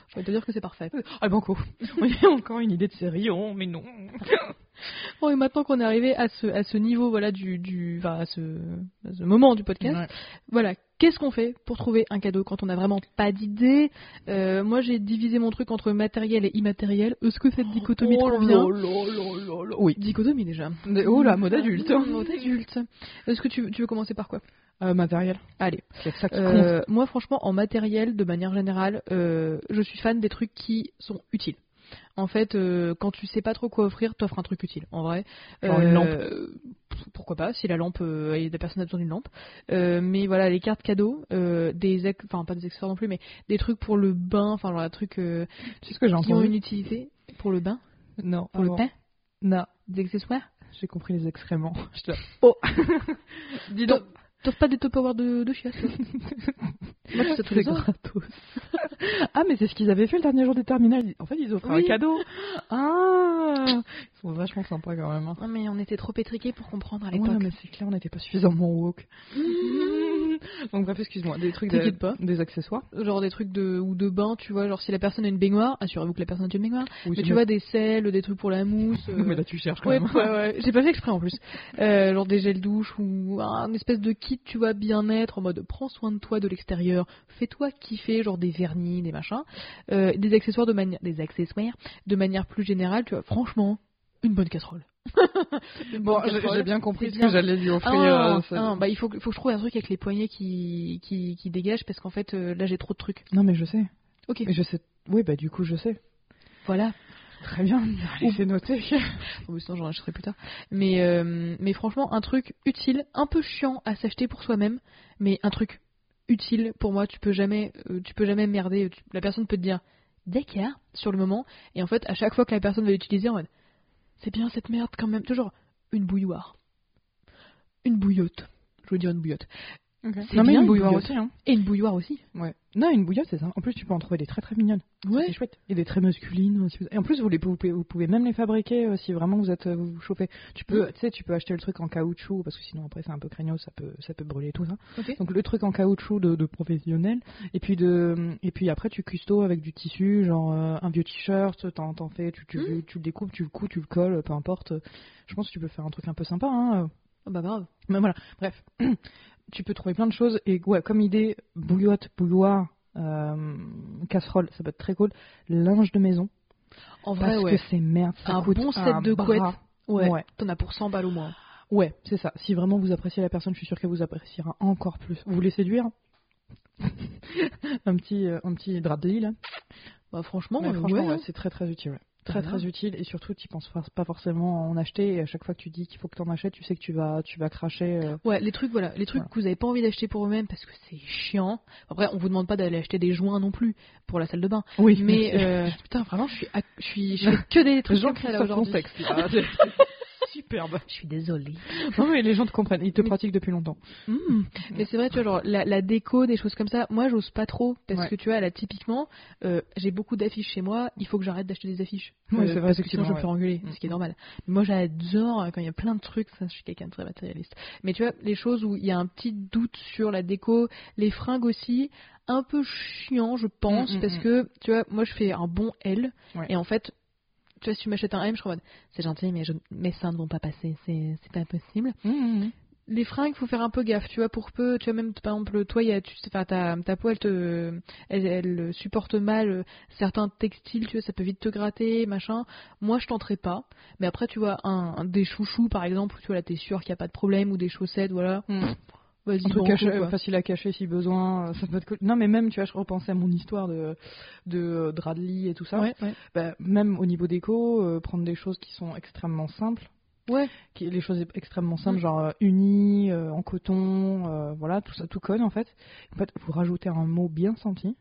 [SPEAKER 1] Je vais te dire que c'est parfait.
[SPEAKER 2] Ah, banco. On a encore une idée de série, oh, mais non.
[SPEAKER 1] Bon, Oh, et maintenant qu'on est arrivé à ce, à ce niveau, voilà, du. du enfin, à ce, à ce moment du podcast, voilà, Qu'est-ce qu'on fait pour trouver un cadeau quand on n'a vraiment pas d'idée Euh, Moi, j'ai divisé mon truc entre matériel et immatériel. Est-ce que cette dichotomie te
[SPEAKER 2] Oh
[SPEAKER 1] convient
[SPEAKER 2] lololololo. Oui.
[SPEAKER 1] Dichotomie déjà. Ah,
[SPEAKER 2] Oh la mode adulte.
[SPEAKER 1] Mode adulte. Est-ce que tu, tu veux commencer par quoi
[SPEAKER 2] Euh, matériel.
[SPEAKER 1] Allez.
[SPEAKER 2] C'est ça qui compte.
[SPEAKER 1] Euh, moi, franchement, en matériel, de manière générale, euh, je suis fan des trucs qui sont utiles. En fait, euh, quand tu sais pas trop quoi offrir, t'offres un truc utile, en vrai. Euh,
[SPEAKER 2] Genre une lampe.
[SPEAKER 1] pff, Pourquoi pas, si la lampe, euh, et la personne a besoin d'une lampe. Euh, mais voilà, les cartes cadeaux, euh, des, ac- enfin pas des accessoires non plus, mais des trucs pour le bain, enfin genre un truc euh,
[SPEAKER 2] C'est ce que j'ai
[SPEAKER 1] qui ont
[SPEAKER 2] entendu.
[SPEAKER 1] une utilité pour le bain,
[SPEAKER 2] Non.
[SPEAKER 1] pour le
[SPEAKER 2] avant.
[SPEAKER 1] pain,
[SPEAKER 2] Non.
[SPEAKER 1] des accessoires.
[SPEAKER 2] J'ai compris les excréments. J'étais là,
[SPEAKER 1] Oh.
[SPEAKER 2] Dis
[SPEAKER 1] donc.
[SPEAKER 2] donc.
[SPEAKER 1] T'offres pas des top powers de, de chiasse. Moi, je sais tous les
[SPEAKER 2] C'est
[SPEAKER 1] ans.
[SPEAKER 2] gratos. ah, mais c'est ce qu'ils avaient fait le dernier jour des terminales. En fait, ils offraient
[SPEAKER 1] Oui.
[SPEAKER 2] un cadeau. Ah Ils sont vachement sympas quand même. hein.
[SPEAKER 1] Ah, Mais on était trop pétriqués pour comprendre à
[SPEAKER 2] Ouais,
[SPEAKER 1] l'époque.
[SPEAKER 2] mais c'est clair, on n'était pas suffisamment woke. Donc, bref, excuse-moi. Des trucs, de-
[SPEAKER 1] T'inquiète pas.
[SPEAKER 2] des accessoires.
[SPEAKER 1] genre des trucs de ou de bain, tu vois, genre si la personne a une baignoire, assurez-vous que la personne a une baignoire.
[SPEAKER 2] Oui,
[SPEAKER 1] mais tu vois des sels, des trucs pour la mousse. euh,
[SPEAKER 2] Mais là, tu cherches quand
[SPEAKER 1] Ouais,
[SPEAKER 2] même.
[SPEAKER 1] ouais, ouais. J'ai pas fait exprès en plus. Euh, genre des gels douche ou un espèce de kit, tu vois, bien-être en mode prends soin de toi de l'extérieur, fais-toi kiffer, genre des vernis, des machins, Euh, des accessoires de manière, des accessoires de manière plus générale, tu vois. Franchement, une bonne casserole. Une
[SPEAKER 2] Bon,
[SPEAKER 1] bonne
[SPEAKER 2] j'ai
[SPEAKER 1] casserole.
[SPEAKER 2] j'ai bien compris
[SPEAKER 1] C'est
[SPEAKER 2] ce
[SPEAKER 1] bien.
[SPEAKER 2] que j'allais lui offrir.
[SPEAKER 1] Ah,
[SPEAKER 2] euh, ça-
[SPEAKER 1] ah, bah il faut, que- faut que je trouve un truc avec les poignets qui qui, qui dégagent parce qu'en fait euh, là j'ai trop de trucs.
[SPEAKER 2] Non, mais je sais.
[SPEAKER 1] Ok.
[SPEAKER 2] Mais je sais. Oui, bah, du coup, je sais.
[SPEAKER 1] Voilà.
[SPEAKER 2] Très bien.
[SPEAKER 1] Ou-
[SPEAKER 2] Allez, c'est noté.
[SPEAKER 1] Bon, sinon j'en achèterai plus tard. Mais, euh, mais franchement, un truc utile, un peu chiant à s'acheter pour soi-même, mais un truc utile pour moi, tu peux jamais, euh, tu peux jamais merder. Tu- la personne peut te dire d'accord sur le moment, et en fait, à chaque fois que la personne va l'utiliser, en mode c'est bien cette merde quand même, toujours une bouilloire, une bouillotte. Je veux dire une bouillotte. C'est
[SPEAKER 2] Non,
[SPEAKER 1] bien,
[SPEAKER 2] mais une
[SPEAKER 1] une
[SPEAKER 2] bouilloire
[SPEAKER 1] bouillotte.
[SPEAKER 2] aussi. Hein.
[SPEAKER 1] Et une bouilloire aussi.
[SPEAKER 2] Ouais. Non, une bouillotte, c'est ça. En plus, tu peux en trouver des très très mignonnes.
[SPEAKER 1] Ouais.
[SPEAKER 2] C'est chouette. Et des très masculines. si vous- Et en plus, vous, les, vous, pouvez, vous pouvez même les fabriquer euh, si vraiment vous êtes euh, vous, vous chauffez. Tu peux, tu sais, tu peux acheter le truc en caoutchouc parce que sinon après c'est un peu craignos, ça peut, ça peut brûler tout ça.
[SPEAKER 1] Ok.
[SPEAKER 2] Donc le truc en caoutchouc de, de professionnel. Et puis de, et puis après tu custo avec du tissu, genre euh, un vieux t-shirt, t'en, t'en fais, tu, tu,
[SPEAKER 1] Hmm.
[SPEAKER 2] le- tu le découpes, tu le couds, tu le colles, peu importe. Je pense que tu peux faire un truc un peu sympa. Hein.
[SPEAKER 1] Ah bah grave.
[SPEAKER 2] Mais voilà, bref, tu peux trouver plein de choses. Et ouais, comme idée, bouillotte, bouilloire, euh, casserole, ça peut être très cool. Linge de maison,
[SPEAKER 1] En vrai,
[SPEAKER 2] parce
[SPEAKER 1] ouais.
[SPEAKER 2] que c'est merde, ça
[SPEAKER 1] Un
[SPEAKER 2] coûte
[SPEAKER 1] bon set
[SPEAKER 2] un
[SPEAKER 1] de
[SPEAKER 2] bras.
[SPEAKER 1] couettes. Ouais.
[SPEAKER 2] Ouais.
[SPEAKER 1] T'en as pour 100 balles au moins.
[SPEAKER 2] Ouais, c'est ça. Si vraiment vous appréciez la personne, je suis sûre qu'elle vous appréciera encore plus. Vous voulez séduire un petit, euh, un petit drap de lit là.
[SPEAKER 1] Bah franchement,
[SPEAKER 2] Mais
[SPEAKER 1] euh,
[SPEAKER 2] franchement,
[SPEAKER 1] ouais.
[SPEAKER 2] ouais, c'est très très utile. ouais. Très
[SPEAKER 1] Voilà.
[SPEAKER 2] très utile et surtout tu penses for- pas forcément à en acheter et à chaque fois que tu dis qu'il faut que tu en achètes, tu sais que tu vas tu vas cracher. euh.
[SPEAKER 1] Ouais, les trucs, voilà, les trucs
[SPEAKER 2] Voilà.
[SPEAKER 1] que vous avez pas envie d'acheter pour vous-même parce que c'est chiant. Après, on vous demande pas d'aller acheter des joints non plus pour la salle de bain.
[SPEAKER 2] Oui,
[SPEAKER 1] Mais euh, putain, vraiment, je suis, ac- je suis, je fais que des trucs comme ça là aujourd'hui.
[SPEAKER 2] Superbe.
[SPEAKER 1] Je suis désolée.
[SPEAKER 2] Non mais les gens te comprennent, ils te
[SPEAKER 1] Mais-
[SPEAKER 2] pratiquent depuis longtemps.
[SPEAKER 1] Mm. Mais c'est vrai, tu vois, genre la, la déco, des choses comme ça. Moi, j'ose pas trop parce
[SPEAKER 2] Ouais.
[SPEAKER 1] que tu vois, là, typiquement, euh, j'ai beaucoup d'affiches chez moi. Il faut que j'arrête d'acheter des affiches. Euh,
[SPEAKER 2] Ouais, Hmm. c'est vrai,
[SPEAKER 1] parce que sinon, je
[SPEAKER 2] effectivement,
[SPEAKER 1] me fais engueuler, ce qui est normal. Mais moi, j'adore euh, quand il y a plein de trucs. Ça, je suis quelqu'un de très matérialiste. Mais tu vois, les choses où il y a un petit doute sur la déco, les fringues aussi, un peu chiant, je pense,
[SPEAKER 2] Mm, mm,
[SPEAKER 1] parce
[SPEAKER 2] mm.
[SPEAKER 1] que tu vois, moi, je fais un bon L,
[SPEAKER 2] Ouais.
[SPEAKER 1] et en fait. Tu vois, si tu m'achètes un M, je suis en mode, c'est gentil, mais je- mes seins ne vont pas passer, c'est c'est pas possible mmh, les fringues, faut faire un peu gaffe, tu vois, pour peu, tu vois, même, par exemple, toi, il y a, tu, enfin, ta, ta peau, elle te, elle, elle supporte mal euh, certains textiles, tu vois, ça peut vite te gratter, machin. Moi, je tenterai pas. Mais après, tu vois, un, un- des chouchous, par exemple, où, tu vois, là, t'es sûr qu'il n'y a pas de problème, ou des chaussettes, voilà. Vas-y,
[SPEAKER 2] Mmh. Un truc
[SPEAKER 1] banco,
[SPEAKER 2] caché-
[SPEAKER 1] quoi.
[SPEAKER 2] facile à cacher si besoin, euh, ça peut être cool. Non mais même tu vois, je repensais à mon histoire de de euh, drap de lit et tout ça.
[SPEAKER 1] Ouais, ouais.
[SPEAKER 2] Bah, même au niveau déco, euh, prendre des choses qui sont extrêmement simples.
[SPEAKER 1] Ouais.
[SPEAKER 2] Qui, les choses extrêmement simples,
[SPEAKER 1] Mm.
[SPEAKER 2] genre euh, uni, euh, en coton, euh, voilà, tout ça, tout colle en fait. En fait, vous rajoutez un mot bien senti.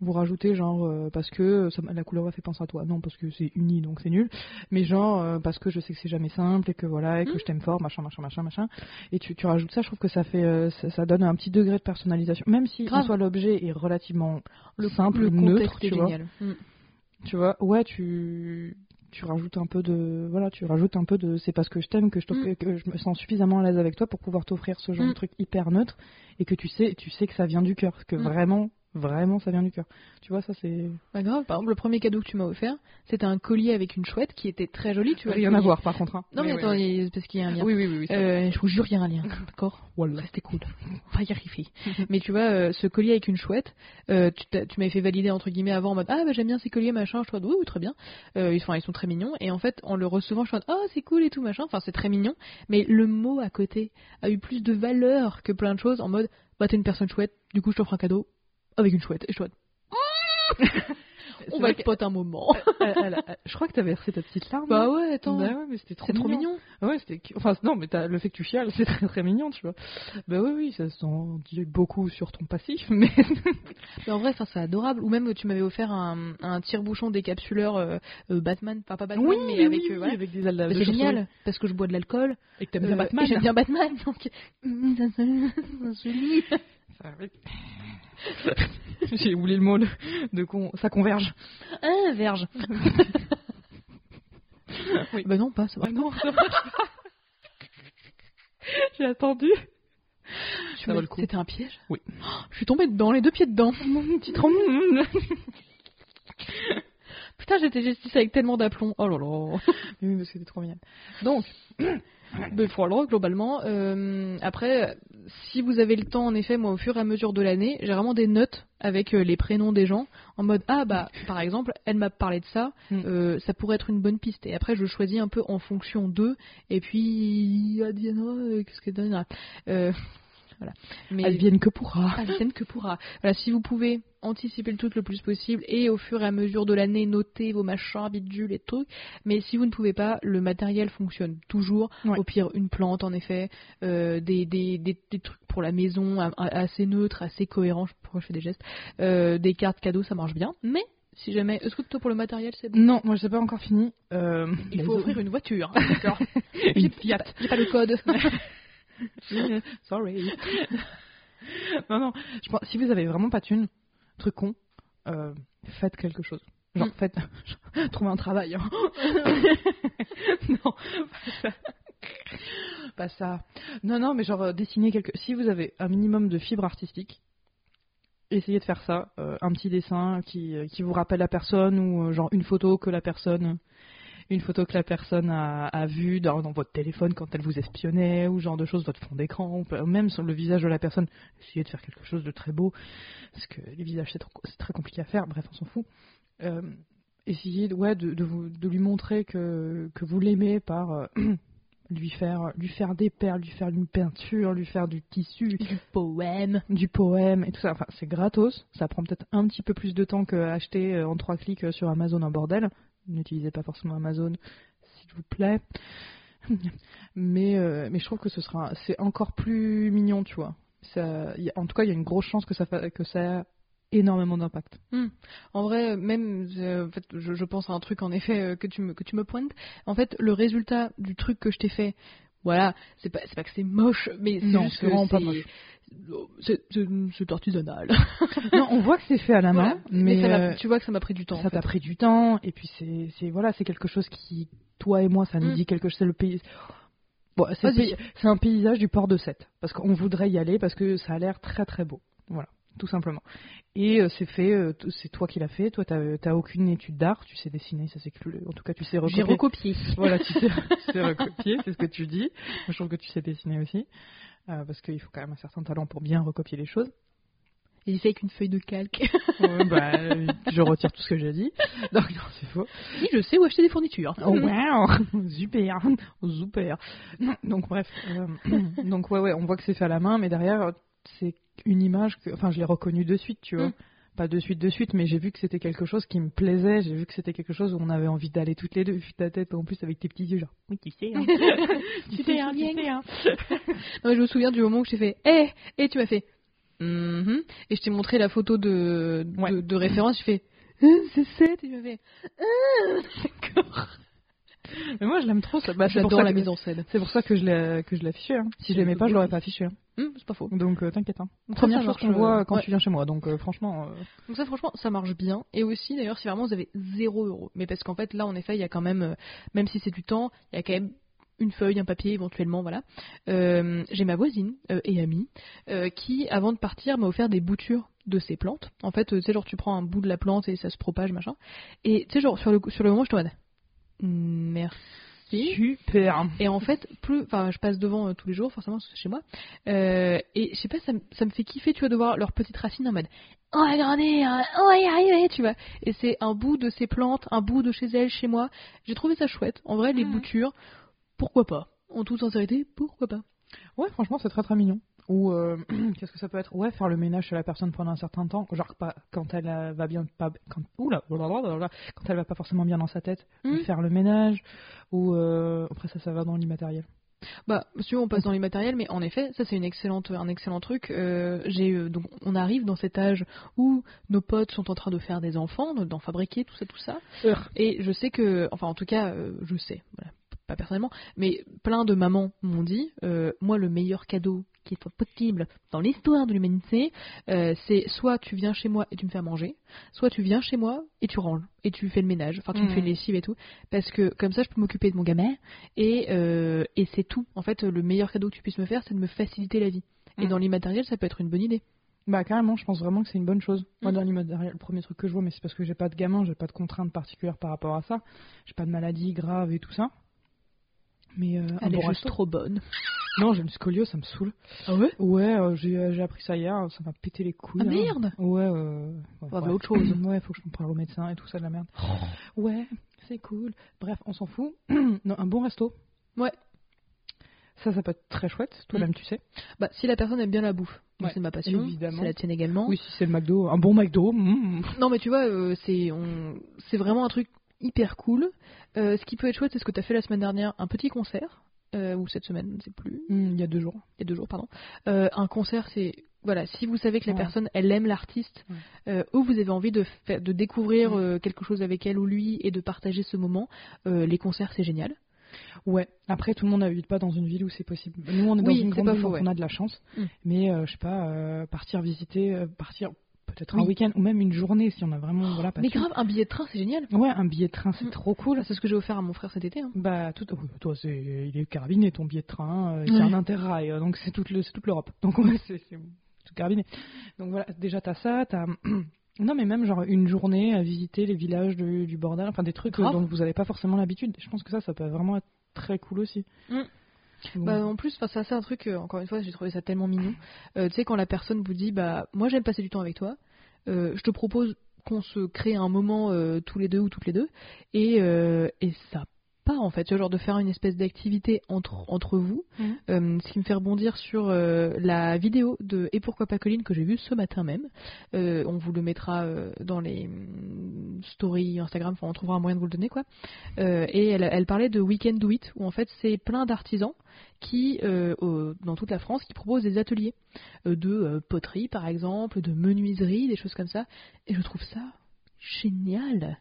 [SPEAKER 2] Vous rajoutez genre euh, parce que ça, m'a- la couleur m'a fait penser à toi. Non, parce que c'est uni donc c'est nul. Mais genre euh, parce que je sais que c'est jamais simple et que voilà et
[SPEAKER 1] Mm.
[SPEAKER 2] que je t'aime fort, machin, machin, machin, machin. Et tu, tu rajoutes ça, je trouve que ça fait, euh, ça, ça donne un petit degré de personnalisation. Même si en
[SPEAKER 1] Grave.
[SPEAKER 2] soi l'objet est relativement
[SPEAKER 1] Le,
[SPEAKER 2] simple,
[SPEAKER 1] le contexte
[SPEAKER 2] neutre,
[SPEAKER 1] est
[SPEAKER 2] tu vois
[SPEAKER 1] génial. Mm.
[SPEAKER 2] tu vois ouais tu tu rajoutes un peu de voilà tu rajoutes un peu de c'est parce que je t'aime que je t'offre-
[SPEAKER 1] Mm.
[SPEAKER 2] que je me sens suffisamment à l'aise avec toi pour pouvoir t'offrir ce genre
[SPEAKER 1] Mm.
[SPEAKER 2] de truc hyper neutre et que tu sais tu sais que ça vient du cœur que
[SPEAKER 1] Mm.
[SPEAKER 2] vraiment Vraiment, ça vient du cœur. Tu vois, ça c'est.
[SPEAKER 1] Pas grave, par exemple, le premier cadeau que tu m'as offert, c'était un collier avec une chouette qui était très jolie. Tu vois,
[SPEAKER 2] Rien
[SPEAKER 1] le
[SPEAKER 2] à
[SPEAKER 1] collier-
[SPEAKER 2] voir par contre. hein.
[SPEAKER 1] Non, mais, attends, il y a- parce qu'il y a un lien.
[SPEAKER 2] Oui, oui, oui. oui, ça-
[SPEAKER 1] Euh, je vous jure, il y a un lien, d'accord
[SPEAKER 2] Voilà.
[SPEAKER 1] Restez cool, on va y arriver. mais tu vois, euh, ce collier avec une chouette, euh, tu, t'as- tu m'avais fait valider entre guillemets avant en mode Ah, bah j'aime bien ces colliers, machin. Je suis en mode, oui, oui, très bien. Euh, ils, sont, ils sont très mignons. Et en fait, en le recevant, je suis en mode Ah, c'est cool et tout, machin. Enfin, c'est très mignon. Mais le mot à côté a eu plus de valeur que plein de choses en mode Bah, t'es une personne chouette, du coup, je t'offre un cadeau avec une chouette. Et je suis en mode,
[SPEAKER 2] C'est
[SPEAKER 1] On va
[SPEAKER 2] vrai
[SPEAKER 1] être potes un moment.
[SPEAKER 2] que- euh, elle- elle- je crois que t'as versé ta petite larme.
[SPEAKER 1] bah ouais,
[SPEAKER 2] Bah
[SPEAKER 1] attends.
[SPEAKER 2] ouais, mais c'était trop,
[SPEAKER 1] c'est trop mignon.
[SPEAKER 2] Ouais, c'était. cu- Enfin, non, mais t'as- le fait que tu chiales, c'est très très mignon, tu vois. Bah oui, oui, ça s'en dit beaucoup sur ton passif, mais.
[SPEAKER 1] Mais en vrai, ça, c'est adorable. Ou même, tu m'avais offert un, un tire-bouchon décapsuleur euh, euh, Batman, enfin pas Batman, mais avec. euh, voilà.
[SPEAKER 2] avec des ailes
[SPEAKER 1] Bah, c'est génial, parce que je bois de l'alcool.
[SPEAKER 2] Et que t'aimes bien
[SPEAKER 1] euh,
[SPEAKER 2] Batman.
[SPEAKER 1] et J'aime bien Batman, donc.
[SPEAKER 2] Ça arrive. J'ai oublié le mot de, de con... ça converge.
[SPEAKER 1] Un Ah, verge.
[SPEAKER 2] Oui.
[SPEAKER 1] Bah non, pas, ça va.
[SPEAKER 2] non, ça marche pas. J'ai attendu.
[SPEAKER 1] Tu
[SPEAKER 2] ça
[SPEAKER 1] m'as-
[SPEAKER 2] vaut le coup.
[SPEAKER 1] C'était un piège
[SPEAKER 2] Oui.
[SPEAKER 1] Oh, je suis tombée dedans, les deux pieds dedans. Putain, j'étais justice avec tellement d'aplomb. Oh là là.
[SPEAKER 2] Oui, parce que c'était trop bien. Donc,
[SPEAKER 1] Mais voilà, globalement. euh, après, si vous avez le temps, en effet, moi, au fur et à mesure de l'année, j'ai vraiment des notes avec euh, les prénoms des gens, en mode ah bah, par exemple, elle m'a parlé de ça,
[SPEAKER 2] Mm.
[SPEAKER 1] euh, ça pourrait être une bonne piste. Et après, je choisis un peu en fonction d'eux. Et puis, Advienne, euh, qu'est-ce que Diana euh, Voilà. Mais
[SPEAKER 2] elles viennent que pourra.
[SPEAKER 1] advienne que pourra. Voilà, si vous pouvez anticiper le truc le plus possible et au fur et à mesure de l'année noter vos machins, bidules et trucs. Mais si vous ne pouvez pas, le matériel fonctionne toujours.
[SPEAKER 2] Ouais.
[SPEAKER 1] Au pire, une plante en effet, euh, des, des, des, des trucs pour la maison a- a- assez neutres, assez cohérents. Je- Pourquoi je fais des gestes Euh, Des cartes cadeaux, ça marche bien. Mais si jamais, est-ce que toi pour le matériel c'est bon Bah,
[SPEAKER 2] Non, moi je sais pas encore fini. Euh,
[SPEAKER 1] Il
[SPEAKER 2] la-
[SPEAKER 1] faut offrir une voiture. hein, D'accord.
[SPEAKER 2] une Fiat.
[SPEAKER 1] J'ai pas le code.
[SPEAKER 2] Sorry. non, non. Je pense, si vous avez vraiment pas de thune, truc con, euh, faites quelque chose. Genre,
[SPEAKER 1] Mm.
[SPEAKER 2] faites. Trouvez un travail. hein. non, pas ça. Pas ça. Non, non, mais genre, euh, dessinez quelque. Si vous avez un minimum de fibre artistique, essayez de faire ça. euh, un petit dessin qui, euh, qui vous rappelle la personne ou euh, genre une photo que la personne une photo que la personne a, a vue dans, dans votre téléphone quand elle vous espionnait, ou ce genre de choses, votre fond d'écran, ou peut- même sur le visage de la personne, essayez de faire quelque chose de très beau, parce que les visages c'est, trop- c'est très compliqué à faire, bref, on s'en fout. Euh, essayez de- ouais, de, de vous- de lui montrer que, que vous l'aimez par euh, lui, faire, lui faire des perles, lui faire une peinture, lui faire du tissu,
[SPEAKER 1] Du poème.
[SPEAKER 2] du poème et tout ça. Enfin, c'est gratos. Ça prend peut-être un petit peu plus de temps qu'acheter en trois clics euh, sur Amazon un bordel. N'utilisez pas forcément Amazon, s'il vous plaît. mais, euh, mais je trouve que ce sera, c'est encore plus mignon, tu vois. Ça, y a- en tout cas, il y a une grosse chance que ça, fa- que ça a énormément d'impact.
[SPEAKER 1] En vrai, même, euh, en fait, je, je pense à un truc en effet euh, que tu me, que tu me pointes. En fait, le résultat du truc que je t'ai fait, voilà, c'est pas, c'est pas que c'est moche, mais c'est
[SPEAKER 2] Non,
[SPEAKER 1] juste
[SPEAKER 2] c'est
[SPEAKER 1] que
[SPEAKER 2] vraiment pas
[SPEAKER 1] c'est-
[SPEAKER 2] moche. Ah
[SPEAKER 1] C'est, c'est- c'est artisanal.
[SPEAKER 2] non, on voit que c'est fait à la main,
[SPEAKER 1] Voilà.
[SPEAKER 2] mais,
[SPEAKER 1] ça m'a-
[SPEAKER 2] euh,
[SPEAKER 1] tu vois que ça m'a pris du temps. en
[SPEAKER 2] ça
[SPEAKER 1] fait.
[SPEAKER 2] t'a pris du temps et puis c'est c'est- voilà c'est quelque chose qui toi et moi ça nous
[SPEAKER 1] Mm.
[SPEAKER 2] dit quelque chose c'est le pays Bon, c'est le
[SPEAKER 1] Vas-y.
[SPEAKER 2] pays- c'est un paysage du port de Sète parce qu'on voudrait y aller parce que ça a l'air très très beau voilà tout simplement et euh, c'est fait euh, t- c'est toi qui l'as fait toi t'as euh, t'as aucune étude d'art tu sais dessiner ça c'est cool. en tout cas tu sais
[SPEAKER 1] J'ai
[SPEAKER 2] recopier
[SPEAKER 1] recopié.
[SPEAKER 2] voilà tu sais, tu sais recopier c'est ce que tu dis Moi, je trouve que tu sais dessiner aussi euh, parce qu'il faut quand même un certain talent pour bien recopier les choses
[SPEAKER 1] Il essaie avec une feuille de calque.
[SPEAKER 2] Ouais, bah, euh, je retire tout ce que j'ai dit donc non c'est faux
[SPEAKER 1] si, je sais où acheter des fournitures.
[SPEAKER 2] Oh wow, super, Oh, super. Donc bref, euh, donc ouais ouais, on voit que c'est fait à la main, mais derrière c'est une image que, enfin je l'ai reconnue de suite, tu vois.
[SPEAKER 1] Mm.
[SPEAKER 2] Pas de suite de suite, mais j'ai vu que c'était quelque chose qui me plaisait, j'ai vu que c'était quelque chose où on avait envie d'aller toutes les deux, vu ta tête en plus avec tes petits yeux genre. Oui tu sais. Hein. tu
[SPEAKER 1] sais,
[SPEAKER 2] hein,
[SPEAKER 1] tu
[SPEAKER 2] sais, hein.
[SPEAKER 1] Non, mais je me souviens du moment où je t'ai fait Eh Et tu m'as fait Mhm. Et je t'ai montré la photo de, de,
[SPEAKER 2] Ouais.
[SPEAKER 1] de référence. Je fais Hein, C'est 7 Et tu m'as fait Ah, D'accord.
[SPEAKER 2] Mais moi je l'aime trop ça. Bah, c'est pour
[SPEAKER 1] J'adore
[SPEAKER 2] ça
[SPEAKER 1] la
[SPEAKER 2] que-
[SPEAKER 1] mise en scène.
[SPEAKER 2] C'est pour ça que je l'ai que je l'ai affiché. hein. Si je l'aimais pas, je l'aurais pas affiché. hein.
[SPEAKER 1] Hum, c'est pas faux.
[SPEAKER 2] Donc euh, t'inquiète. Hein.
[SPEAKER 1] Donc ça,
[SPEAKER 2] Première
[SPEAKER 1] ça
[SPEAKER 2] chose
[SPEAKER 1] marche,
[SPEAKER 2] qu'on voit
[SPEAKER 1] euh,
[SPEAKER 2] quand
[SPEAKER 1] ouais.
[SPEAKER 2] tu viens chez moi. Donc euh, franchement. euh,
[SPEAKER 1] Donc ça, franchement, ça marche bien. Et aussi, d'ailleurs, si vraiment vous avez 0 euros. Mais parce qu'en fait, là, en effet, il y a quand même, euh, même si c'est du temps, il y a quand même une feuille, un papier éventuellement, voilà. Euh, J'ai ma voisine euh, et amie euh, qui, avant de partir, m'a offert des boutures de ces plantes. En fait, euh, tu sais, genre, tu prends un bout de la plante et ça se propage, machin. Et tu sais, genre, sur le, sur le moment, je te vois, merci.
[SPEAKER 2] Super.
[SPEAKER 1] Et en fait, plus, enfin, je passe devant euh, tous les jours, forcément, parce que c'est chez moi. Euh, et je sais pas, ça, me- ça me fait kiffer, tu vois, de voir leurs petites racines en mode On va grandir, hein, on va y arriver, tu vois. Et c'est un bout de ces plantes, un bout de chez elles, chez moi. J'ai trouvé ça chouette. En vrai, les
[SPEAKER 2] Mhm.
[SPEAKER 1] boutures, pourquoi pas En toute sincérité, pourquoi pas
[SPEAKER 2] Ouais, franchement, c'est très très mignon. Ou euh, qu'est-ce que ça peut être Ouais, faire le ménage chez la personne pendant un certain temps, genre pas quand elle euh, va bien pas quand oula, blablabla, quand elle va pas forcément bien dans sa tête,
[SPEAKER 1] Hmm.
[SPEAKER 2] Ou faire le ménage ou euh, après ça ça va dans l'immatériel.
[SPEAKER 1] Bah, si on passe dans les matériels, mais en effet, ça c'est une excellente, un excellent truc. Euh, j'ai euh, donc on arrive dans cet âge où nos potes sont en train de faire des enfants, de- d'en fabriquer tout ça, tout ça. Et je sais que, enfin en tout cas, euh, je sais, voilà, p- pas personnellement, mais plein de mamans m'ont dit, euh, moi le meilleur cadeau qui est possible dans l'histoire de l'humanité, euh, c'est soit tu viens chez moi et tu me fais à manger, soit tu viens chez moi et tu ranges et tu fais le ménage, enfin tu me
[SPEAKER 2] Mm.
[SPEAKER 1] fais les lessive et tout, parce que comme ça je peux m'occuper de mon gamin et, euh, et c'est tout. En fait, le meilleur cadeau que tu puisses me faire, c'est de me faciliter la vie. Et
[SPEAKER 2] Mm.
[SPEAKER 1] dans l'immatériel, ça peut être une bonne idée.
[SPEAKER 2] Bah carrément, je pense vraiment que c'est une bonne chose. Moi
[SPEAKER 1] Hmm.
[SPEAKER 2] dans l'immatériel, le premier truc que je vois, mais c'est parce que j'ai pas de gamin, j'ai pas de contraintes particulières par rapport à ça, j'ai pas de maladie grave et tout ça. Mais euh, un
[SPEAKER 1] Elle
[SPEAKER 2] bon
[SPEAKER 1] est juste
[SPEAKER 2] resto-
[SPEAKER 1] trop bonne.
[SPEAKER 2] Non, j'ai une scoliose, ça me saoule.
[SPEAKER 1] Ah ouais
[SPEAKER 2] Ouais, euh, j'ai euh, j'ai appris ça hier, ça m'a pété les couilles.
[SPEAKER 1] Ah
[SPEAKER 2] hein.
[SPEAKER 1] merde
[SPEAKER 2] Ouais, euh, ouais,
[SPEAKER 1] bah,
[SPEAKER 2] bref.
[SPEAKER 1] autre chose. Oh.
[SPEAKER 2] Ouais, faut que je me parle au médecin et tout ça de la merde. Ouais, c'est cool. Bref, on s'en fout. non, un bon resto.
[SPEAKER 1] Ouais.
[SPEAKER 2] Ça, ça peut être très chouette, toi-même, tu sais.
[SPEAKER 1] Bah, si la personne aime bien la bouffe, moi,
[SPEAKER 2] Ouais,
[SPEAKER 1] c'est ma passion,
[SPEAKER 2] évidemment.
[SPEAKER 1] c'est la tienne également.
[SPEAKER 2] Oui, si c'est le McDo, un bon McDo. mm.
[SPEAKER 1] Non, mais tu vois, euh, c'est on- c'est vraiment un truc hyper cool. Euh, ce qui peut être chouette, c'est ce que tu as fait la semaine dernière, un petit concert, euh, ou cette semaine, je ne sais plus,
[SPEAKER 2] Mm, il y a deux jours.
[SPEAKER 1] il y a deux jours, pardon. Euh, un concert, c'est. Voilà, si vous savez que la
[SPEAKER 2] Ouais.
[SPEAKER 1] personne, elle aime l'artiste,
[SPEAKER 2] Ouais.
[SPEAKER 1] euh, ou vous avez envie de, faire, de découvrir
[SPEAKER 2] Mm.
[SPEAKER 1] euh, quelque chose avec elle ou lui et de partager ce moment, euh, les concerts, c'est génial.
[SPEAKER 2] Ouais. Après, tout le monde n'habite pas dans une ville où c'est possible. Nous, on est dans
[SPEAKER 1] Oui,
[SPEAKER 2] une
[SPEAKER 1] c'est
[SPEAKER 2] grande
[SPEAKER 1] pas
[SPEAKER 2] ville,
[SPEAKER 1] faux,
[SPEAKER 2] donc
[SPEAKER 1] ouais.
[SPEAKER 2] on a de la chance.
[SPEAKER 1] Mm.
[SPEAKER 2] Mais, euh, je sais pas, euh, partir visiter, euh, partir peut-être un
[SPEAKER 1] Oui. Oh,
[SPEAKER 2] week-end ou même une journée si on a vraiment, voilà, Ah, pas
[SPEAKER 1] mais
[SPEAKER 2] de-
[SPEAKER 1] grave, un billet de train, c'est génial.
[SPEAKER 2] Ouais, un billet de train, c'est
[SPEAKER 1] Mm.
[SPEAKER 2] trop cool.
[SPEAKER 1] C'est ce que j'ai offert à mon frère cet été. hein.
[SPEAKER 2] Bah, tout, oh, toi, c'est, il est carabiné ton billet de train, euh,
[SPEAKER 1] Ouais.
[SPEAKER 2] c'est un interrail, euh, donc c'est toute, le, c'est toute l'Europe. Donc, ouais, c'est, c'est tout carabiné. Donc voilà, déjà t'as ça, t'as. Non, mais même genre une journée à visiter les villages du, du bordel, enfin des trucs euh,
[SPEAKER 1] Grave.
[SPEAKER 2] dont vous n'avez pas forcément l'habitude. Je pense que ça, ça peut vraiment être très cool aussi.
[SPEAKER 1] Mm.
[SPEAKER 2] Donc,
[SPEAKER 1] Bah, en plus, enfin, ça c'est un truc, euh, encore une fois, j'ai trouvé ça tellement mignon. Euh, tu sais, quand la personne vous dit, bah, moi j'aime passer du temps avec toi, euh, je te propose qu'on se crée un moment euh, tous les deux ou toutes les deux, et, euh, et ça part en fait, tu vois, genre de faire une espèce d'activité entre, entre vous,
[SPEAKER 2] Mhm.
[SPEAKER 1] Euh, ce qui me fait rebondir sur euh, la vidéo de Et pourquoi pas Colline que j'ai vue ce matin même. Euh, on vous le mettra euh, dans les mm, stories Instagram, enfin, on trouvera un moyen de vous le donner quoi. Euh, et elle, elle parlait de Weekend Do It, où en fait c'est plein d'artisans qui, euh, au- dans toute la France, qui proposent des ateliers euh, de euh, poterie, par exemple, de menuiserie, des choses comme ça. Et je trouve ça génial.